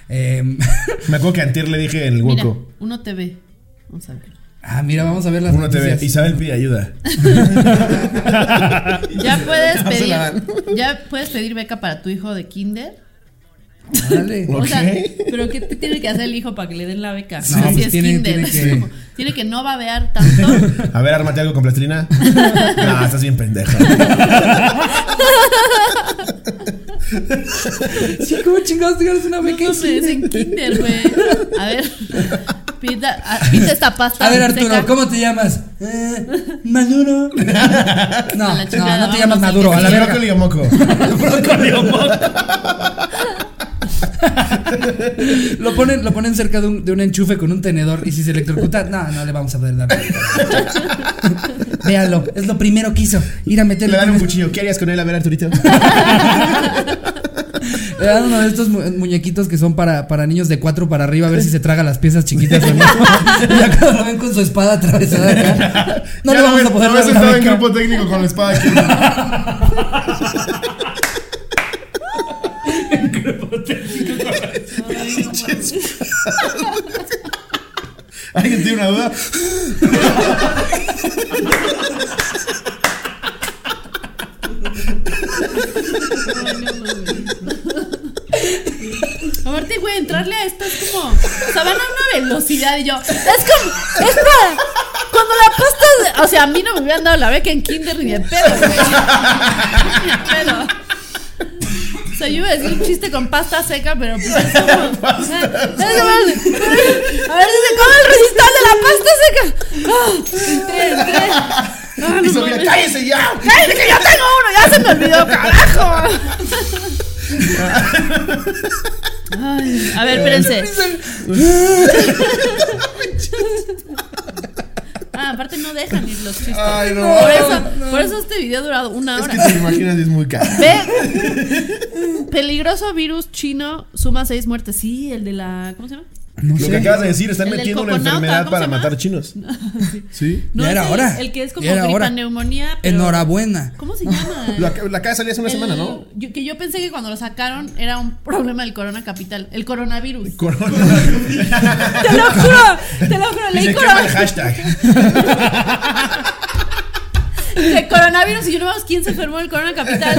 [SPEAKER 1] Em,
[SPEAKER 2] Me acuerdo que antier le dije en el
[SPEAKER 3] Mira,
[SPEAKER 2] hueco.
[SPEAKER 3] uno te ve. Vamos a ver.
[SPEAKER 1] ah, mira, vamos a ver las
[SPEAKER 2] Uno te ve.
[SPEAKER 1] noticias.
[SPEAKER 2] Isabel pide ayuda.
[SPEAKER 3] Ya puedes
[SPEAKER 2] No se la
[SPEAKER 3] pedir. Ya puedes pedir beca para tu hijo de kinder.
[SPEAKER 1] Órale.
[SPEAKER 3] O sea,
[SPEAKER 2] Ok.
[SPEAKER 3] pero ¿qué te tiene que hacer el hijo para que le den la beca?
[SPEAKER 1] Sí,
[SPEAKER 3] No,
[SPEAKER 1] pues
[SPEAKER 3] si es
[SPEAKER 1] tiene-
[SPEAKER 3] kinder.
[SPEAKER 1] tiene
[SPEAKER 3] es
[SPEAKER 1] que-
[SPEAKER 3] como, tiene que no babear tanto.
[SPEAKER 2] A ver, ármate algo con plastilina. No, estás bien pendeja.
[SPEAKER 1] Sí, ¿cómo chingados te ganas una
[SPEAKER 3] No
[SPEAKER 1] beca? en
[SPEAKER 3] mames, en
[SPEAKER 1] kinder?
[SPEAKER 3] kinder, güey. A ver, pinta, a- pinta esta pasta.
[SPEAKER 1] A ver, Arturo,
[SPEAKER 3] seca.
[SPEAKER 1] ¿cómo te llamas? Eh, Maduro. No,
[SPEAKER 3] la
[SPEAKER 1] no,
[SPEAKER 3] chingada,
[SPEAKER 1] no te llamas
[SPEAKER 3] vámonos,
[SPEAKER 1] Maduro, a la
[SPEAKER 3] sí.
[SPEAKER 1] verga.
[SPEAKER 2] Brócoli o moco.
[SPEAKER 1] Lo ponen, lo ponen cerca de un, de un enchufe con un tenedor y si se electrocuta, no, no le vamos a poder dar. Véanlo, es lo primero que hizo, ir a meterle
[SPEAKER 2] Le dan un cuchillo. ¿Qué harías con él? A ver, Arturito.
[SPEAKER 1] Le dan uno de estos mu- muñequitos que son para, para niños de cuatro para arriba a ver si se traga las piezas chiquitas o no. Y ya cuando lo ven con su espada atravesada acá, no
[SPEAKER 2] Ya
[SPEAKER 1] le vamos
[SPEAKER 2] ves,
[SPEAKER 1] a poder
[SPEAKER 2] ya
[SPEAKER 1] dar
[SPEAKER 2] ves,
[SPEAKER 1] una
[SPEAKER 2] estaba en
[SPEAKER 1] beca.
[SPEAKER 2] grupo técnico con la espada aquí. ¿Alguien tiene una duda?
[SPEAKER 3] Aparte, güey, entrarle a esto es como. O sea, van a una velocidad y yo. Es como. Es para. Cuando la pasta. de- o sea, a mí no me hubieran dado la beca en Kinder ni de pedo, güey. Ni de pedo. O sea, yo iba a decir un chiste con pasta seca, pero pues es como. o sea, es como- a ver si se come el resistor de la pasta seca. Ah, entré, entré. Ah,
[SPEAKER 2] Y
[SPEAKER 3] no
[SPEAKER 2] Sofía,
[SPEAKER 3] mames.
[SPEAKER 2] ¡cállese ya!
[SPEAKER 3] ¡Ay, que yo tengo uno! ¡Ya se me olvidó, carajo! Ay, a ver, espérense. Ah, aparte no dejan ir los chistes.
[SPEAKER 2] Ay, Ah, no.
[SPEAKER 3] por, eso, por eso este video ha durado una
[SPEAKER 2] Es
[SPEAKER 3] hora.
[SPEAKER 2] que te imaginas, es muy caro.
[SPEAKER 3] Ve. Peligroso virus chino suma seis muertes. Sí, el de la. ¿Cómo se llama?
[SPEAKER 1] No
[SPEAKER 2] Lo que
[SPEAKER 1] sé.
[SPEAKER 2] acabas de decir, están
[SPEAKER 3] El del
[SPEAKER 2] metiendo una
[SPEAKER 3] coconauta,
[SPEAKER 2] enfermedad
[SPEAKER 3] ¿cómo
[SPEAKER 2] para
[SPEAKER 3] se llama?
[SPEAKER 2] matar chinos. ¿Sí?
[SPEAKER 1] Ya
[SPEAKER 3] es
[SPEAKER 1] era
[SPEAKER 3] el,
[SPEAKER 1] hora.
[SPEAKER 3] El que es como
[SPEAKER 1] Ya era
[SPEAKER 3] gripa,
[SPEAKER 1] hora.
[SPEAKER 3] neumonía. pero-
[SPEAKER 1] Enhorabuena.
[SPEAKER 3] ¿Cómo se llama?
[SPEAKER 2] Lo ac- La acaba de salir hace una
[SPEAKER 3] El-
[SPEAKER 2] semana, ¿no?
[SPEAKER 3] yo- que yo pensé que cuando lo sacaron era un problema del corona capital, el coronavirus.
[SPEAKER 2] Corona.
[SPEAKER 3] te lo juro, te lo juro, leí
[SPEAKER 2] Dice, quema el
[SPEAKER 3] corona,
[SPEAKER 2] hashtag.
[SPEAKER 3] de coronavirus y yo no vamos quién se enfermó del corona capital.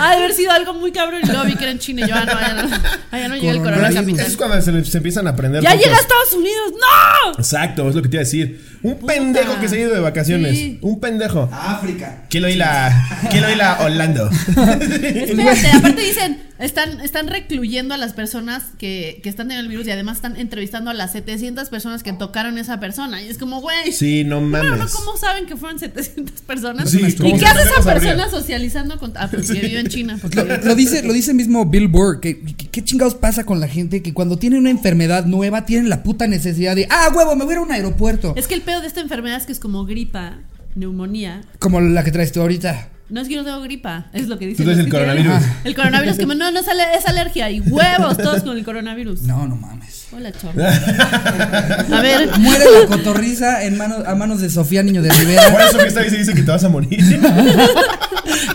[SPEAKER 3] Ha de haber sido algo muy cabrón y luego vi que era en China. y Yo, ah, no, ya no, ah, ya no llega el corona
[SPEAKER 2] Pero es-
[SPEAKER 3] capital.
[SPEAKER 2] Es cuando se, le- se empiezan a aprender.
[SPEAKER 3] Ya
[SPEAKER 2] cosas.
[SPEAKER 3] llega a Estados Unidos, ¡no!
[SPEAKER 2] Exacto, es lo que te iba a decir. Un pendejo que se ha ido de vacaciones.
[SPEAKER 3] Sí.
[SPEAKER 2] Un pendejo.
[SPEAKER 5] África.
[SPEAKER 2] Quiero ir a. Quiero ir a Orlando.
[SPEAKER 3] Espérate, aparte dicen, están, están recluyendo a las personas que, que están teniendo el virus y además están entrevistando a las 700 personas que tocaron a esa persona. Y es como, güey,
[SPEAKER 2] Sí, no
[SPEAKER 3] Bueno, ¿no?
[SPEAKER 2] mames.
[SPEAKER 3] ¿Cómo saben que fueron 700 personas?
[SPEAKER 2] Sí, ¿cómo
[SPEAKER 3] ¿Y qué
[SPEAKER 2] se
[SPEAKER 3] hace esa
[SPEAKER 2] los abría?
[SPEAKER 3] persona socializando con.? Ah, porque vive en China.
[SPEAKER 2] Pues
[SPEAKER 1] Lo,
[SPEAKER 3] porque vive-
[SPEAKER 1] lo dice, lo dice mismo Bill Burr, que, que- ¿qué chingados pasa con la gente que cuando tiene una enfermedad nueva tienen la puta necesidad de, ah, huevo, me voy a ir a un aeropuerto?
[SPEAKER 3] Es que el pedo de esta enfermedad es que es como gripa, neumonía.
[SPEAKER 1] Como la que traes tú ahorita.
[SPEAKER 3] No es que yo no tengo gripa, es lo que
[SPEAKER 2] Tú
[SPEAKER 3] dicen.
[SPEAKER 2] traes
[SPEAKER 3] los
[SPEAKER 2] el
[SPEAKER 3] criterios.
[SPEAKER 2] coronavirus.
[SPEAKER 3] El coronavirus que me- no, no sale, es alergia y huevos todos con el coronavirus.
[SPEAKER 1] No, no mames.
[SPEAKER 3] Hola, chorro. A ver,
[SPEAKER 1] Muere la cotorriza en manos, a manos de Sofía Niño de
[SPEAKER 2] Por
[SPEAKER 1] Rivera.
[SPEAKER 2] eso que esta vez se dice que te vas a morir.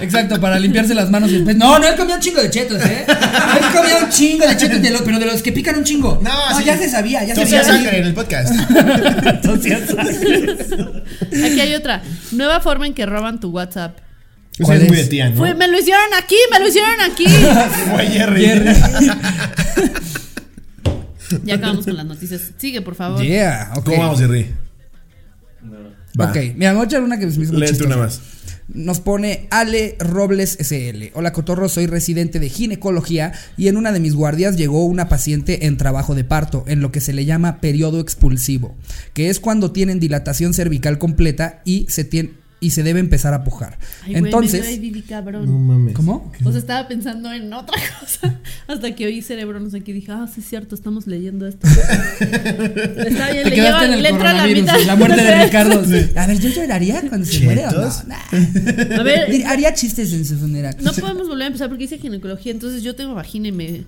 [SPEAKER 1] Exacto, para limpiarse las manos y el pez. No, no, él comía un chingo de chetos, ¿eh? Él comía un chingo de chetos, de los- pero de los que pican un chingo. No,
[SPEAKER 2] sí.
[SPEAKER 1] ya se sabía, ya se
[SPEAKER 2] Tosía
[SPEAKER 1] sabía.
[SPEAKER 2] sangre en el podcast.
[SPEAKER 3] aquí hay otra. Nueva forma en que roban tu WhatsApp.
[SPEAKER 2] Eso
[SPEAKER 1] ¿Cuál
[SPEAKER 2] es muy
[SPEAKER 1] es?
[SPEAKER 2] de tía, ¿no?
[SPEAKER 3] Fue- me lo hicieron aquí, me lo hicieron aquí.
[SPEAKER 2] Fue Jerry.
[SPEAKER 1] Jerry.
[SPEAKER 3] Ya acabamos con las noticias. Sigue, por favor.
[SPEAKER 1] Yeah, ok.
[SPEAKER 2] ¿Cómo vamos, Jerry?
[SPEAKER 5] No.
[SPEAKER 2] Va.
[SPEAKER 1] Ok, mira, me voy a echar una que se me hizo muy
[SPEAKER 2] Léete
[SPEAKER 1] chistosa.
[SPEAKER 2] una más.
[SPEAKER 1] Nos pone Ale Robles SL. Hola Cotorro, soy residente de ginecología y en una de mis guardias llegó una paciente en trabajo de parto, en lo que se le llama periodo expulsivo, que es cuando tienen dilatación cervical completa y se tiene y se debe empezar a pujar.
[SPEAKER 3] Ay, güey,
[SPEAKER 1] Entonces,
[SPEAKER 3] me dio IBD, cabrón.
[SPEAKER 2] mames.
[SPEAKER 1] ¿cómo?
[SPEAKER 3] O sea, estaba pensando en otra cosa. Hasta que oí cerebro, no sé qué. Dije, ah, sí, es cierto, estamos leyendo esto. Está bien,
[SPEAKER 1] Te quedaste
[SPEAKER 3] le
[SPEAKER 1] en
[SPEAKER 3] llevan,
[SPEAKER 1] el
[SPEAKER 3] le entro a la
[SPEAKER 1] coronavirus,
[SPEAKER 3] mitad.
[SPEAKER 1] la muerte de
[SPEAKER 3] Sí.
[SPEAKER 1] Ricardo. A ver, yo lloraría cuando se muere o no.
[SPEAKER 2] ¿Chetos?
[SPEAKER 1] Nah.
[SPEAKER 3] A ver,
[SPEAKER 1] Haría chistes en su funeral.
[SPEAKER 3] no podemos volver a empezar porque hice ginecología. Entonces yo tengo vagina y me,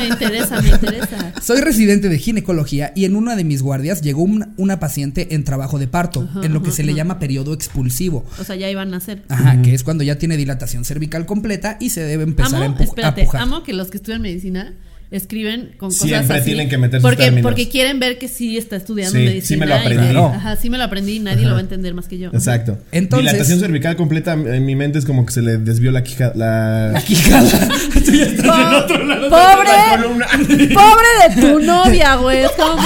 [SPEAKER 3] me interesa, me interesa.
[SPEAKER 1] Soy residente de ginecología y en una de mis guardias llegó un- una paciente en trabajo de parto, en lo que se le llama periodo expulsivo.
[SPEAKER 3] O sea, ya iban a hacer.
[SPEAKER 1] Ajá, que es cuando ya tiene dilatación cervical completa y se debe empezar a,
[SPEAKER 3] Amo,
[SPEAKER 1] empu- a
[SPEAKER 3] espérate,
[SPEAKER 1] pujar.
[SPEAKER 3] amo que los que estudian medicina escriben con cosas
[SPEAKER 2] Siempre
[SPEAKER 3] así.
[SPEAKER 2] tienen que meter sus
[SPEAKER 3] porque,
[SPEAKER 2] términos.
[SPEAKER 3] porque quieren ver que sí está estudiando
[SPEAKER 2] Sí,
[SPEAKER 3] medicina.
[SPEAKER 2] sí me lo
[SPEAKER 3] y
[SPEAKER 2] aprendí.
[SPEAKER 3] que-
[SPEAKER 1] Claro.
[SPEAKER 3] Ajá, sí me lo aprendí y nadie lo va a entender más que yo.
[SPEAKER 2] Exacto.
[SPEAKER 1] Entonces-
[SPEAKER 2] Dilatación cervical completa en mi mente es como que se le desvió la quija. La...
[SPEAKER 1] Quijada. Tú ya estás-
[SPEAKER 2] columna.
[SPEAKER 6] Pobre, pobre de tu novia, güey. Es como,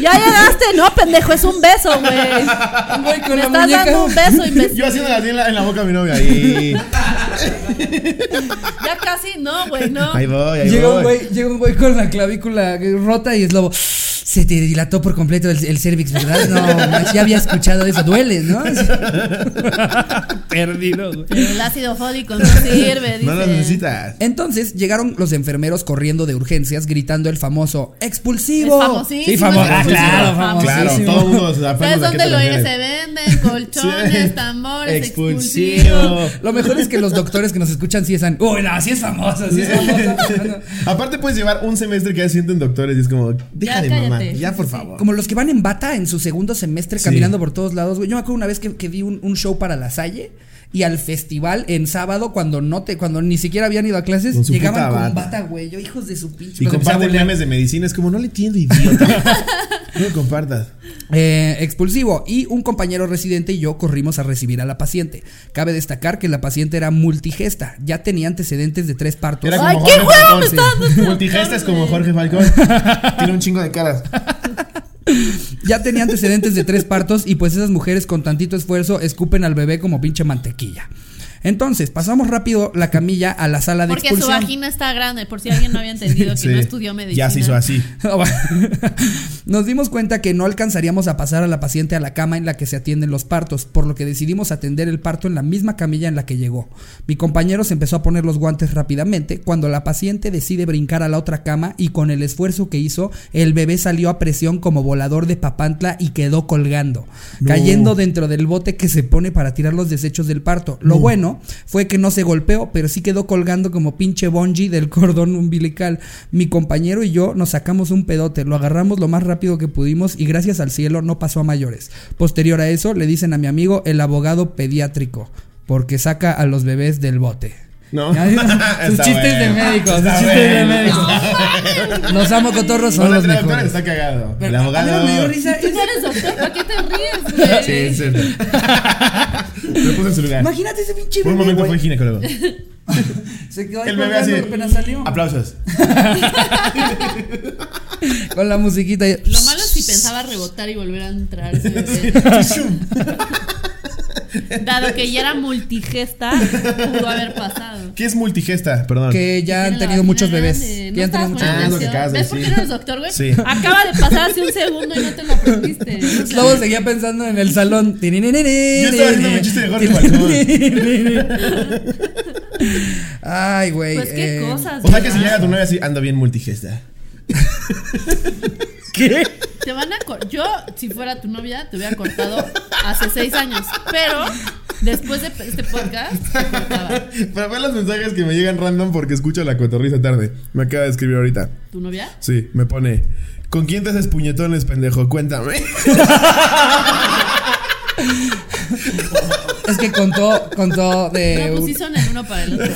[SPEAKER 6] ya llegaste, no, pendejo, es un beso, güey.
[SPEAKER 1] Güey, con
[SPEAKER 6] Me
[SPEAKER 1] la
[SPEAKER 6] estás
[SPEAKER 1] muñeca.
[SPEAKER 6] dando un beso y me,
[SPEAKER 2] Yo haciendo así en la, en la boca a mi novia. Y...
[SPEAKER 3] Ya casi no, güey, no.
[SPEAKER 2] Ahí voy, ahí
[SPEAKER 1] Llega
[SPEAKER 2] voy.
[SPEAKER 1] un, güey, llega un güey con la clavícula rota y es lobo. Se te dilató por completo el, el cervix, ¿verdad? No, manches, ya había escuchado eso. Duele, ¿no? Perdido, güey.
[SPEAKER 3] Pero el ácido fólico no sirve, dice.
[SPEAKER 2] No lo necesitas.
[SPEAKER 1] Entonces llegaron los enfermeros corriendo de urgencias gritando el famoso expulsivo.
[SPEAKER 3] Es famosísimo,
[SPEAKER 1] Sí, famo-
[SPEAKER 3] es
[SPEAKER 1] Ah, claro,
[SPEAKER 3] famosísimo.
[SPEAKER 2] Claro,
[SPEAKER 1] famosísimo.
[SPEAKER 2] todo el mundo se
[SPEAKER 3] ¿Sabes
[SPEAKER 2] aprende a qué
[SPEAKER 3] dónde
[SPEAKER 2] te
[SPEAKER 3] lo oyen?
[SPEAKER 2] refieres.
[SPEAKER 3] Se venden colchones, tambores,
[SPEAKER 2] Expulsivo.
[SPEAKER 3] expulsivos.
[SPEAKER 1] Lo mejor es que los doctores que nos escuchan sí están. Uy, no, sí es famoso, sí es famoso.
[SPEAKER 2] Aparte puedes llevar un semestre que ya sienten doctores y es como, deja
[SPEAKER 3] Ya,
[SPEAKER 2] de
[SPEAKER 3] cállate.
[SPEAKER 2] mamá, ya por
[SPEAKER 3] Sí, sí, sí.
[SPEAKER 2] favor.
[SPEAKER 1] Como los que van en bata en su segundo semestre
[SPEAKER 2] Sí.
[SPEAKER 1] caminando por todos lados. güey. Yo me acuerdo una vez que, que vi un, un show para la Salle y al festival en sábado cuando no te, cuando ni siquiera habían ido a clases,
[SPEAKER 2] Con su
[SPEAKER 1] llegaban
[SPEAKER 2] puta
[SPEAKER 1] con
[SPEAKER 2] bata.
[SPEAKER 1] bata, güey. Yo, hijos de su pinche.
[SPEAKER 2] Y
[SPEAKER 1] los empecé a
[SPEAKER 2] comparten
[SPEAKER 1] burlar.
[SPEAKER 2] memes de medicina, es como, no le entiendo, idiota. no lo compartas.
[SPEAKER 1] Eh, expulsivo y un compañero residente y yo corrimos a recibir a la paciente. Cabe destacar que la paciente era multigesta, ya tenía antecedentes de tres partos.
[SPEAKER 2] Era
[SPEAKER 6] Ay,
[SPEAKER 2] como
[SPEAKER 6] qué
[SPEAKER 2] Jorge
[SPEAKER 6] hueva
[SPEAKER 2] Falcón,
[SPEAKER 6] me
[SPEAKER 2] sí.
[SPEAKER 6] está dando
[SPEAKER 2] Multigesta es como Jorge Falcón. Tiene un chingo de caras.
[SPEAKER 1] Ya tenía antecedentes de tres partos y pues esas mujeres con tantito esfuerzo escupen al bebé como pinche mantequilla. Entonces, pasamos rápido la camilla a la sala de
[SPEAKER 3] Porque su
[SPEAKER 1] expulsión.
[SPEAKER 3] vagina está grande, por si alguien no había entendido que
[SPEAKER 2] Sí.
[SPEAKER 3] no estudió medicina.
[SPEAKER 2] Ya se hizo así.
[SPEAKER 1] Nos dimos cuenta que no alcanzaríamos a pasar a la paciente a la cama en la que se atienden los partos, por lo que decidimos atender el parto en la misma camilla en la que llegó. Mi compañero se empezó a poner los guantes rápidamente cuando la paciente decide brincar a la otra cama y con el esfuerzo que hizo, el bebé salió a presión como volador de papantla y quedó colgando, cayendo dentro del bote que se pone para tirar los desechos del parto. Lo bueno fue que no se golpeó, pero sí quedó colgando como pinche bungee del cordón umbilical. Mi compañero y yo nos sacamos un pedote, lo agarramos lo más rápido que pudimos y gracias al cielo no pasó a mayores. Posterior a eso le dicen a mi amigo el abogado pediátrico, porque saca a los bebés del bote.
[SPEAKER 2] No.
[SPEAKER 1] Ya digo, Sus
[SPEAKER 2] Está
[SPEAKER 1] chistes de
[SPEAKER 2] bueno.
[SPEAKER 1] médicos, sus
[SPEAKER 2] Está
[SPEAKER 1] chistes de
[SPEAKER 2] bueno.
[SPEAKER 1] médicos. Los amo cotorros son
[SPEAKER 2] No,
[SPEAKER 1] los
[SPEAKER 2] el doctor
[SPEAKER 1] mejores.
[SPEAKER 2] está cagado. El
[SPEAKER 1] Pero a mí
[SPEAKER 2] abogado.
[SPEAKER 1] no me dio risa,
[SPEAKER 3] Tú
[SPEAKER 1] es-
[SPEAKER 3] no eres doctor, ¿para qué te ríes, güey?
[SPEAKER 2] Sí, es cierto. Lo puse en su lugar.
[SPEAKER 1] Imagínate ese pinche
[SPEAKER 2] Por un
[SPEAKER 1] bebé,
[SPEAKER 2] momento
[SPEAKER 1] güey.
[SPEAKER 2] fue ginecólogo.
[SPEAKER 1] Se quedó ahí
[SPEAKER 2] El bebé
[SPEAKER 1] colgando
[SPEAKER 2] así.
[SPEAKER 1] apenas salió.
[SPEAKER 2] Aplausos.
[SPEAKER 1] Con la musiquita. y-
[SPEAKER 3] Lo malo es si pensaba rebotar y volver a entrar. ese bebé. Dado que ya era multigesta, pudo haber pasado.
[SPEAKER 2] ¿Qué es multigesta? Perdón.
[SPEAKER 1] Que ya han
[SPEAKER 3] Tiene la
[SPEAKER 1] tenido muchos
[SPEAKER 3] vagina
[SPEAKER 1] bebés.
[SPEAKER 3] grande,
[SPEAKER 1] que ya han tenido
[SPEAKER 3] estabas
[SPEAKER 1] muchos
[SPEAKER 3] poniendo
[SPEAKER 2] Ah, es lo
[SPEAKER 1] bebés.
[SPEAKER 2] que acabas de
[SPEAKER 3] atención. ¿Ves por qué
[SPEAKER 2] decir.
[SPEAKER 3] no eres doctor, güey?
[SPEAKER 2] Sí.
[SPEAKER 3] Acaba de pasar hace un segundo y no te lo aprendiste. O sea,
[SPEAKER 1] Lobo seguía pensando en el salón. Yo estaba
[SPEAKER 2] estaba haciendo mi chiste de Jorge
[SPEAKER 1] Falcón. Ay, güey.
[SPEAKER 3] pues qué
[SPEAKER 1] eh,
[SPEAKER 3] cosas.
[SPEAKER 2] O sea que
[SPEAKER 3] ¿verdad?
[SPEAKER 2] si llega tu novia así, anda bien multigesta.
[SPEAKER 1] ¿Qué?
[SPEAKER 3] Te van a cor- Yo, si fuera tu novia, te hubiera cortado hace seis años. Pero después de este podcast, te cortaba.
[SPEAKER 2] Pero ve los mensajes que me llegan random porque escucho la cotorriza tarde. Me acaba de escribir ahorita.
[SPEAKER 3] ¿Tu novia?
[SPEAKER 2] Sí, me pone. ¿Con quién te haces puñetones, pendejo? Cuéntame.
[SPEAKER 1] Es que contó, contó de.
[SPEAKER 3] No, pues sí son el uno para el otro. Sí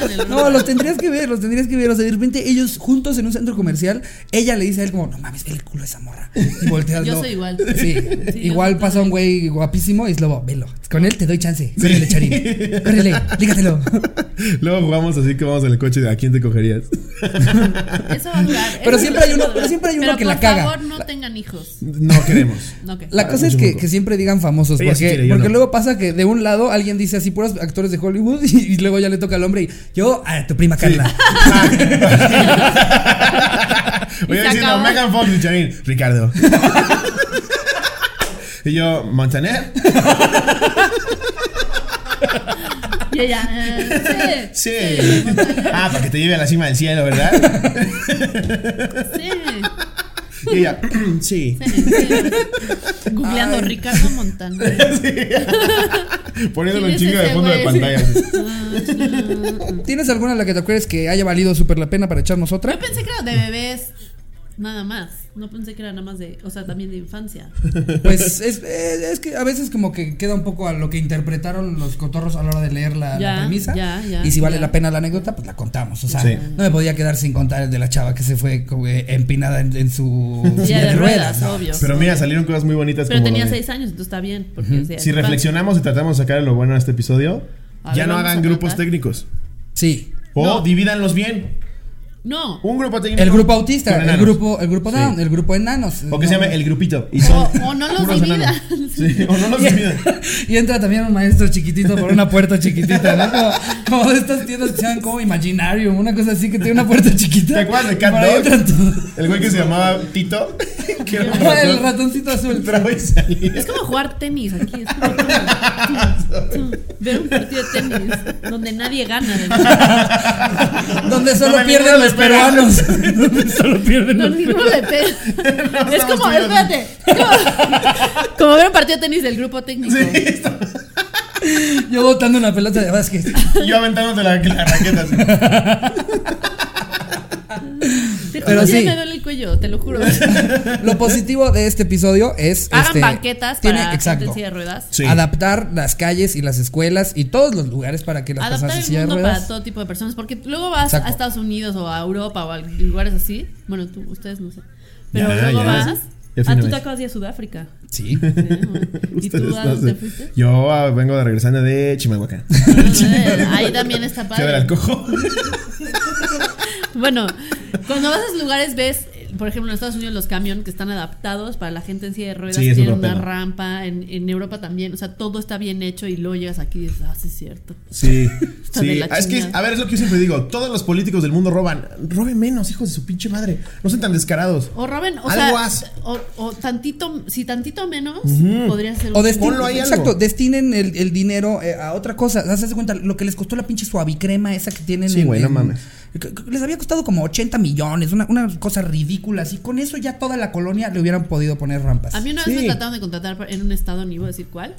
[SPEAKER 3] son el uno
[SPEAKER 1] No,
[SPEAKER 3] para
[SPEAKER 1] los
[SPEAKER 3] el
[SPEAKER 1] tendrías que ver, los tendrías que ver. O sea, de repente ellos juntos en un centro comercial, ella le dice a él como, no mames, vele el culo de esa morra. Y volteas.
[SPEAKER 3] Yo
[SPEAKER 1] no.
[SPEAKER 3] soy igual.
[SPEAKER 1] Sí.
[SPEAKER 3] Sí,
[SPEAKER 1] igual
[SPEAKER 3] yo
[SPEAKER 1] pasa un güey guapísimo y es lobo, velo. Con él te doy chance. Córrele, Charín. Córrele, lígatelo.
[SPEAKER 2] Luego jugamos así que vamos en el coche de a quién te cogerías.
[SPEAKER 3] Eso va a durar.
[SPEAKER 1] Pero
[SPEAKER 3] eso
[SPEAKER 1] siempre hay
[SPEAKER 3] va
[SPEAKER 1] uno-
[SPEAKER 3] a durar.
[SPEAKER 1] pero siempre hay uno
[SPEAKER 3] Pero
[SPEAKER 1] que
[SPEAKER 3] por
[SPEAKER 1] la caga.
[SPEAKER 3] favor, no tengan hijos.
[SPEAKER 2] No queremos.
[SPEAKER 3] No, que.
[SPEAKER 1] La
[SPEAKER 2] Ah,
[SPEAKER 1] cosa es
[SPEAKER 2] mucho
[SPEAKER 1] que,
[SPEAKER 2] moco.
[SPEAKER 1] que siempre digan famosos,
[SPEAKER 2] Ella sí
[SPEAKER 1] porque,
[SPEAKER 2] quiere, yo
[SPEAKER 1] porque
[SPEAKER 2] no.
[SPEAKER 1] luego pasa que de un lado alguien dice así puros actores de Hollywood y, y luego ya le toca al hombre y yo a tu prima Carla.
[SPEAKER 2] Voy
[SPEAKER 3] Y
[SPEAKER 2] a
[SPEAKER 3] se
[SPEAKER 2] diciendo
[SPEAKER 3] acabó.
[SPEAKER 2] Megan Fox y Charín, Ricardo. y yo, Montaner.
[SPEAKER 3] Y ella, eh,
[SPEAKER 2] Sí. Ah, para que te lleve a la cima del cielo, ¿verdad?
[SPEAKER 3] sí,
[SPEAKER 2] y ella, sí.
[SPEAKER 3] sí, sí. Googleando Ricardo Montana.
[SPEAKER 2] Sí. Poniéndolo un
[SPEAKER 3] ¿Quién es
[SPEAKER 2] chingo de
[SPEAKER 3] ese
[SPEAKER 2] fondo de
[SPEAKER 3] güey?
[SPEAKER 2] pantalla.
[SPEAKER 3] Ah,
[SPEAKER 1] ¿Tienes alguna en la que te acuerdes que haya valido súper la pena para echarnos otra?
[SPEAKER 3] Yo pensé que era de bebés. Nada más. No pensé que era nada más de. O sea, también de infancia.
[SPEAKER 1] Pues es, es- es que a veces como que queda un poco a lo que interpretaron los cotorros a la hora de leer la, la
[SPEAKER 3] Ya,
[SPEAKER 1] premisa.
[SPEAKER 3] ya, ya,
[SPEAKER 1] y si vale
[SPEAKER 3] ya.
[SPEAKER 1] la pena la anécdota, pues la contamos. O sea,
[SPEAKER 2] Sí.
[SPEAKER 1] no me podía quedar sin contar el de la chava que se fue como, eh, empinada en, en su
[SPEAKER 3] Ya
[SPEAKER 1] silla
[SPEAKER 3] de ruedas,
[SPEAKER 1] ¿no?
[SPEAKER 3] obvio.
[SPEAKER 2] Pero mira, salieron cosas muy bonitas.
[SPEAKER 3] Pero
[SPEAKER 2] como lo
[SPEAKER 3] tenía
[SPEAKER 2] de-
[SPEAKER 3] seis años, entonces está bien. Porque, o sea,
[SPEAKER 2] Si reflexionamos y tratamos de sacar lo bueno de este episodio,
[SPEAKER 3] A
[SPEAKER 2] ya
[SPEAKER 3] ver,
[SPEAKER 2] no
[SPEAKER 3] vamos
[SPEAKER 2] hagan
[SPEAKER 3] a
[SPEAKER 2] grupos
[SPEAKER 3] tratar.
[SPEAKER 2] técnicos.
[SPEAKER 1] Sí.
[SPEAKER 2] O
[SPEAKER 3] No.
[SPEAKER 2] divídanlos bien.
[SPEAKER 3] No.
[SPEAKER 2] Un grupo técnico.
[SPEAKER 1] El grupo autista,
[SPEAKER 2] con
[SPEAKER 1] el
[SPEAKER 2] enanos.
[SPEAKER 1] grupo, el grupo down,
[SPEAKER 2] Sí.
[SPEAKER 1] el grupo enanos.
[SPEAKER 2] O que se
[SPEAKER 1] No,
[SPEAKER 2] llame el grupito. Y son
[SPEAKER 3] O, o no los
[SPEAKER 2] puros enanos.
[SPEAKER 3] dividas.
[SPEAKER 2] Sí, o no los dividan.
[SPEAKER 1] Y entra también un maestro chiquitito por una puerta chiquitita, ¿no? Como, como de estas tiendas que se llaman como Imaginarium, una cosa así que tiene una puerta chiquita.
[SPEAKER 2] ¿Te acuerdas de
[SPEAKER 1] Y por ahí entran todos.
[SPEAKER 2] Cat El güey que se llamaba Tito. Que era un
[SPEAKER 1] Ah, El
[SPEAKER 2] ratón.
[SPEAKER 1] ratoncito azul.
[SPEAKER 2] Entraba y salía.
[SPEAKER 3] Es como jugar tenis aquí. Es como, tum, tum, tum. ver un partido de tenis donde nadie gana. además.
[SPEAKER 1] Donde solo
[SPEAKER 2] No,
[SPEAKER 1] pierden
[SPEAKER 2] ninguno
[SPEAKER 1] los
[SPEAKER 2] le pega.
[SPEAKER 1] peruanos. Donde solo pierden
[SPEAKER 3] No,
[SPEAKER 1] los peruanos.
[SPEAKER 3] ninguno le pega. es
[SPEAKER 2] estamos
[SPEAKER 3] como,
[SPEAKER 2] tuyos.
[SPEAKER 3] espérate. es como- Como ver un partido de tenis del grupo técnico.
[SPEAKER 2] Sí, estaba-
[SPEAKER 1] Yo botando una pelota de básquet.
[SPEAKER 2] yo aventándote la, la raqueta. así.
[SPEAKER 3] Te
[SPEAKER 1] Pero
[SPEAKER 3] juro, ya
[SPEAKER 1] sí. Este,
[SPEAKER 3] me duele el cuello, te lo juro.
[SPEAKER 1] Lo positivo de este episodio es.
[SPEAKER 3] Hagan
[SPEAKER 1] este,
[SPEAKER 3] banquetas
[SPEAKER 1] tiene-
[SPEAKER 3] para gente en
[SPEAKER 1] exacto.
[SPEAKER 3] silla de ruedas.
[SPEAKER 2] Sí.
[SPEAKER 1] Adaptar las calles y las escuelas y todos los lugares para que las
[SPEAKER 3] Adaptar
[SPEAKER 1] personas en
[SPEAKER 3] el
[SPEAKER 1] silla de
[SPEAKER 3] mundo
[SPEAKER 1] ruedas.
[SPEAKER 3] para todo tipo de personas. Porque luego vas
[SPEAKER 1] Exacto.
[SPEAKER 3] a Estados Unidos o a Europa o a lugares así. Bueno, tú, ustedes no sé. Pero
[SPEAKER 2] Ya,
[SPEAKER 3] luego
[SPEAKER 2] ya.
[SPEAKER 3] vas.
[SPEAKER 2] Ya fui
[SPEAKER 3] Ah,
[SPEAKER 2] una
[SPEAKER 3] tú te
[SPEAKER 2] vez.
[SPEAKER 3] acabas de ir a Sudáfrica.
[SPEAKER 1] Sí.
[SPEAKER 3] ¿eh? ¿Y
[SPEAKER 2] Ustedes
[SPEAKER 3] tú a dónde
[SPEAKER 2] no
[SPEAKER 3] te
[SPEAKER 2] sé.
[SPEAKER 3] fuiste?
[SPEAKER 2] Yo ah, vengo de regresando de Chimalhuacán.
[SPEAKER 3] Ahí también está
[SPEAKER 2] Fui a ver
[SPEAKER 3] padre.
[SPEAKER 2] al cojo.
[SPEAKER 3] Bueno, cuando vas a esos lugares ves, eh, por ejemplo, en Estados Unidos los camiones que están adaptados para la gente en silla de ruedas,
[SPEAKER 2] Sí, es
[SPEAKER 3] tienen
[SPEAKER 2] otro
[SPEAKER 3] una
[SPEAKER 2] pedo.
[SPEAKER 3] rampa, en, en Europa también, o sea, todo está bien hecho y luego llegas aquí y dices, ah, sí es cierto.
[SPEAKER 2] Sí.
[SPEAKER 3] Está de
[SPEAKER 2] sí.
[SPEAKER 3] la
[SPEAKER 2] Ah, Es que,
[SPEAKER 3] chingada.
[SPEAKER 2] a ver, es lo que yo siempre digo. Todos los políticos del mundo roban. Roben menos, hijos de su pinche madre. No sean tan descarados.
[SPEAKER 3] O Robin, o
[SPEAKER 2] Algo
[SPEAKER 3] sea,
[SPEAKER 2] haz.
[SPEAKER 3] o, o tantito, si tantito menos, podría ser
[SPEAKER 1] O
[SPEAKER 3] un-
[SPEAKER 1] destinen,
[SPEAKER 2] Ponlo ahí algo.
[SPEAKER 1] exacto, destinen el, el dinero eh, a otra cosa. ¿Haz de cuenta lo que les costó la pinche suavicrema esa que tienen?
[SPEAKER 2] Sí, güey, no mames.
[SPEAKER 1] que- que Les había costado como 80 millones, una, una cosa ridícula. Así con eso ya toda la colonia le hubieran podido poner rampas.
[SPEAKER 3] A mí una
[SPEAKER 2] Sí.
[SPEAKER 3] vez me trataron de contratar por- en un estado, ni voy a decir cuál,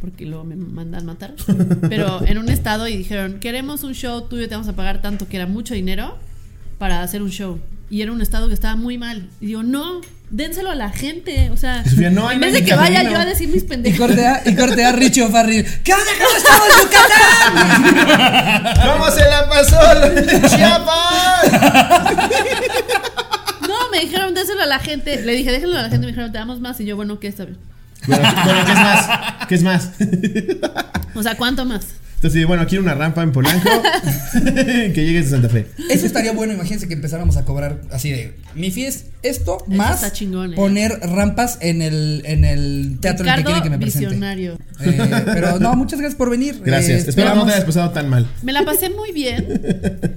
[SPEAKER 3] porque luego me mandan matar. Pero en un estado y dijeron, queremos un show tuyo, te vamos a pagar tanto, que era mucho dinero, para hacer un show. Y era un estado que estaba muy mal. Y digo, no, dénselo a la gente. O sea,
[SPEAKER 2] Y Sofía, no, ahí
[SPEAKER 3] en
[SPEAKER 2] no
[SPEAKER 3] vez
[SPEAKER 2] hay
[SPEAKER 3] de
[SPEAKER 2] ni
[SPEAKER 3] que vaya
[SPEAKER 2] camino.
[SPEAKER 3] yo a decir mis
[SPEAKER 1] Y
[SPEAKER 3] pendejos.
[SPEAKER 1] cortea, y cortea a Richie O'Farrill. ¿Qué onda? ¿Cómo estamos, Yucatán?
[SPEAKER 2] ¿Cómo se la pasó Chiapas?
[SPEAKER 3] No, me dijeron, dénselo a la gente. Le dije, déjenlo a la gente. Me dijeron, te damos más. Y yo, bueno, ¿qué está bien?
[SPEAKER 2] Bueno, bueno, ¿qué es más? ¿Qué es más?
[SPEAKER 3] O sea, ¿cuánto más?
[SPEAKER 2] Entonces, bueno, quiero una rampa en Polanco que llegues a Santa Fe.
[SPEAKER 1] Eso estaría bueno, imagínense que empezáramos a cobrar así de mi fee es esto más
[SPEAKER 3] está chingón, eh.
[SPEAKER 1] poner rampas en el, en el teatro en el que quieren
[SPEAKER 3] Ricardo,
[SPEAKER 1] que me presente.
[SPEAKER 3] visionario.
[SPEAKER 1] Eh, pero no, muchas gracias por venir.
[SPEAKER 2] Gracias.
[SPEAKER 3] Pues,
[SPEAKER 1] Eh,
[SPEAKER 2] Espero no te hayas pasado tan mal.
[SPEAKER 3] Me la pasé muy bien.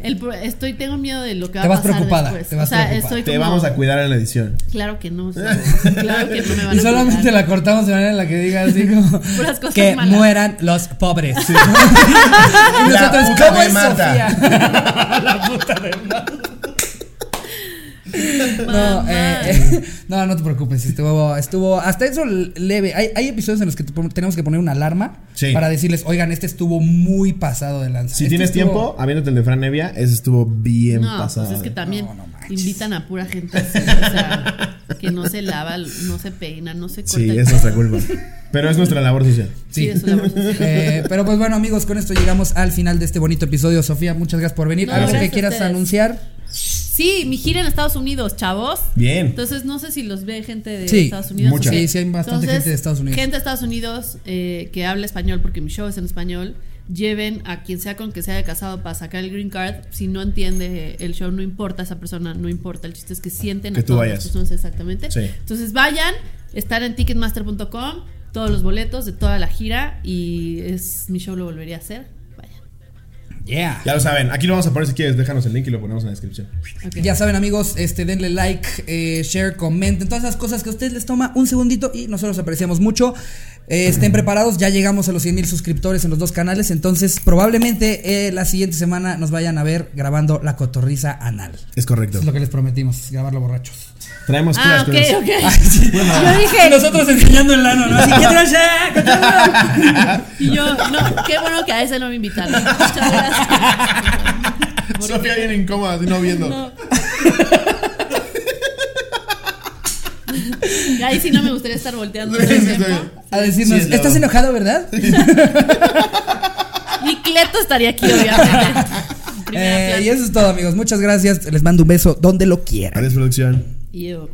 [SPEAKER 3] El pro- estoy, tengo miedo de lo que va
[SPEAKER 1] Te
[SPEAKER 3] a
[SPEAKER 1] vas
[SPEAKER 3] pasar
[SPEAKER 1] preocupada,
[SPEAKER 3] después.
[SPEAKER 1] te vas
[SPEAKER 3] o sea,
[SPEAKER 1] preocupada.
[SPEAKER 3] estoy
[SPEAKER 2] Te
[SPEAKER 3] como,
[SPEAKER 2] vamos a cuidar en la edición.
[SPEAKER 3] Claro que no, o sea, claro que no me van
[SPEAKER 1] Y
[SPEAKER 3] a
[SPEAKER 1] solamente
[SPEAKER 3] cuidar.
[SPEAKER 1] la cortamos de manera en la que diga así como
[SPEAKER 3] Puras cosas
[SPEAKER 1] que
[SPEAKER 3] malas.
[SPEAKER 1] mueran los pobres. y
[SPEAKER 2] La
[SPEAKER 1] nosotros,
[SPEAKER 2] puta
[SPEAKER 1] ¿cómo
[SPEAKER 2] de
[SPEAKER 1] es
[SPEAKER 2] Marta".
[SPEAKER 1] Sofía? la puta de Marta. No, eh, no, no te preocupes, estuvo, estuvo hasta eso leve. Hay, hay episodios en los que te pon- tenemos que poner una alarma
[SPEAKER 2] Sí.
[SPEAKER 1] para decirles, oigan, este estuvo muy pasado de lanza.
[SPEAKER 2] Si
[SPEAKER 1] Este
[SPEAKER 2] tienes
[SPEAKER 1] estuvo-
[SPEAKER 2] tiempo, habiéndote el de Fran Nevia, ese estuvo bien
[SPEAKER 3] No,
[SPEAKER 2] pasado.
[SPEAKER 3] pues es que también
[SPEAKER 1] No, no manches.
[SPEAKER 3] invitan a pura gente así, o sea, que no se lava, no se peina, no se corta.
[SPEAKER 2] sí,
[SPEAKER 3] el
[SPEAKER 2] es nuestra culpa. Pero es nuestra labor social.
[SPEAKER 3] Sí, es una bolsa.
[SPEAKER 1] Eh, pero pues bueno, amigos, con esto llegamos al final de este bonito episodio. Sofía, muchas gracias por venir.
[SPEAKER 3] No,
[SPEAKER 1] ¿Algo que
[SPEAKER 3] gracias a
[SPEAKER 1] quieras
[SPEAKER 3] ustedes.
[SPEAKER 1] anunciar?
[SPEAKER 3] Sí, mi gira en Estados Unidos, chavos.
[SPEAKER 2] Bien.
[SPEAKER 3] Entonces, no sé si los ve gente de
[SPEAKER 1] Sí,
[SPEAKER 3] Estados Unidos.
[SPEAKER 2] mucha.
[SPEAKER 3] ¿o qué?
[SPEAKER 1] Sí, sí hay bastante gente de Estados Unidos.
[SPEAKER 3] Gente de Estados Unidos eh, que habla español, porque mi show es en español. Lleven a quien sea con que se haya casado para sacar el green card. Si no entiende el show, no importa esa persona, no importa. El chiste es que sienten
[SPEAKER 2] Que
[SPEAKER 3] a
[SPEAKER 2] tú
[SPEAKER 3] todas
[SPEAKER 2] vayas.
[SPEAKER 3] las personas exactamente.
[SPEAKER 2] Sí.
[SPEAKER 3] Entonces vayan, están en ticketmaster.com, todos los boletos de toda la gira y es mi show lo volvería a hacer. Vayan.
[SPEAKER 1] Yeah.
[SPEAKER 2] Ya lo saben. Aquí lo vamos a poner si quieres. Déjanos el link y lo ponemos en la descripción.
[SPEAKER 3] Ok.
[SPEAKER 1] Ya saben amigos, este, denle like, eh, share, comenten, todas esas cosas que a ustedes les toma un segundito y nosotros apreciamos mucho. Eh, estén preparados, ya llegamos a los 100 mil suscriptores en los dos canales, entonces probablemente eh, la siguiente semana nos vayan a ver grabando la cotorriza anal. Eso
[SPEAKER 2] Es correcto.
[SPEAKER 1] es lo que les prometimos, grabarlo borrachos.
[SPEAKER 2] Traemos puras
[SPEAKER 3] Ah, ok,
[SPEAKER 2] cosas.
[SPEAKER 3] ok.
[SPEAKER 6] Yo dije,
[SPEAKER 1] Nosotros enseñando el ano, ¿no? Así que
[SPEAKER 3] Y yo, no, qué bueno que a ese no me invitaron. Muchas gracias.
[SPEAKER 2] Sofía bien incómoda, así no viendo.
[SPEAKER 3] No. Y ahí sí no me gustaría estar volteando. todo el
[SPEAKER 2] Sí, sí,
[SPEAKER 3] tiempo.
[SPEAKER 2] sí.
[SPEAKER 1] a decirnos,
[SPEAKER 2] Sí, es la-
[SPEAKER 1] ¿estás enojado, verdad?
[SPEAKER 3] Y Cleto estaría aquí, obviamente. Primera
[SPEAKER 1] Eh,
[SPEAKER 3] planta.
[SPEAKER 1] y eso es todo amigos, muchas gracias, les mando un beso donde lo quieran.
[SPEAKER 2] Adiós, producción.
[SPEAKER 3] Y yo.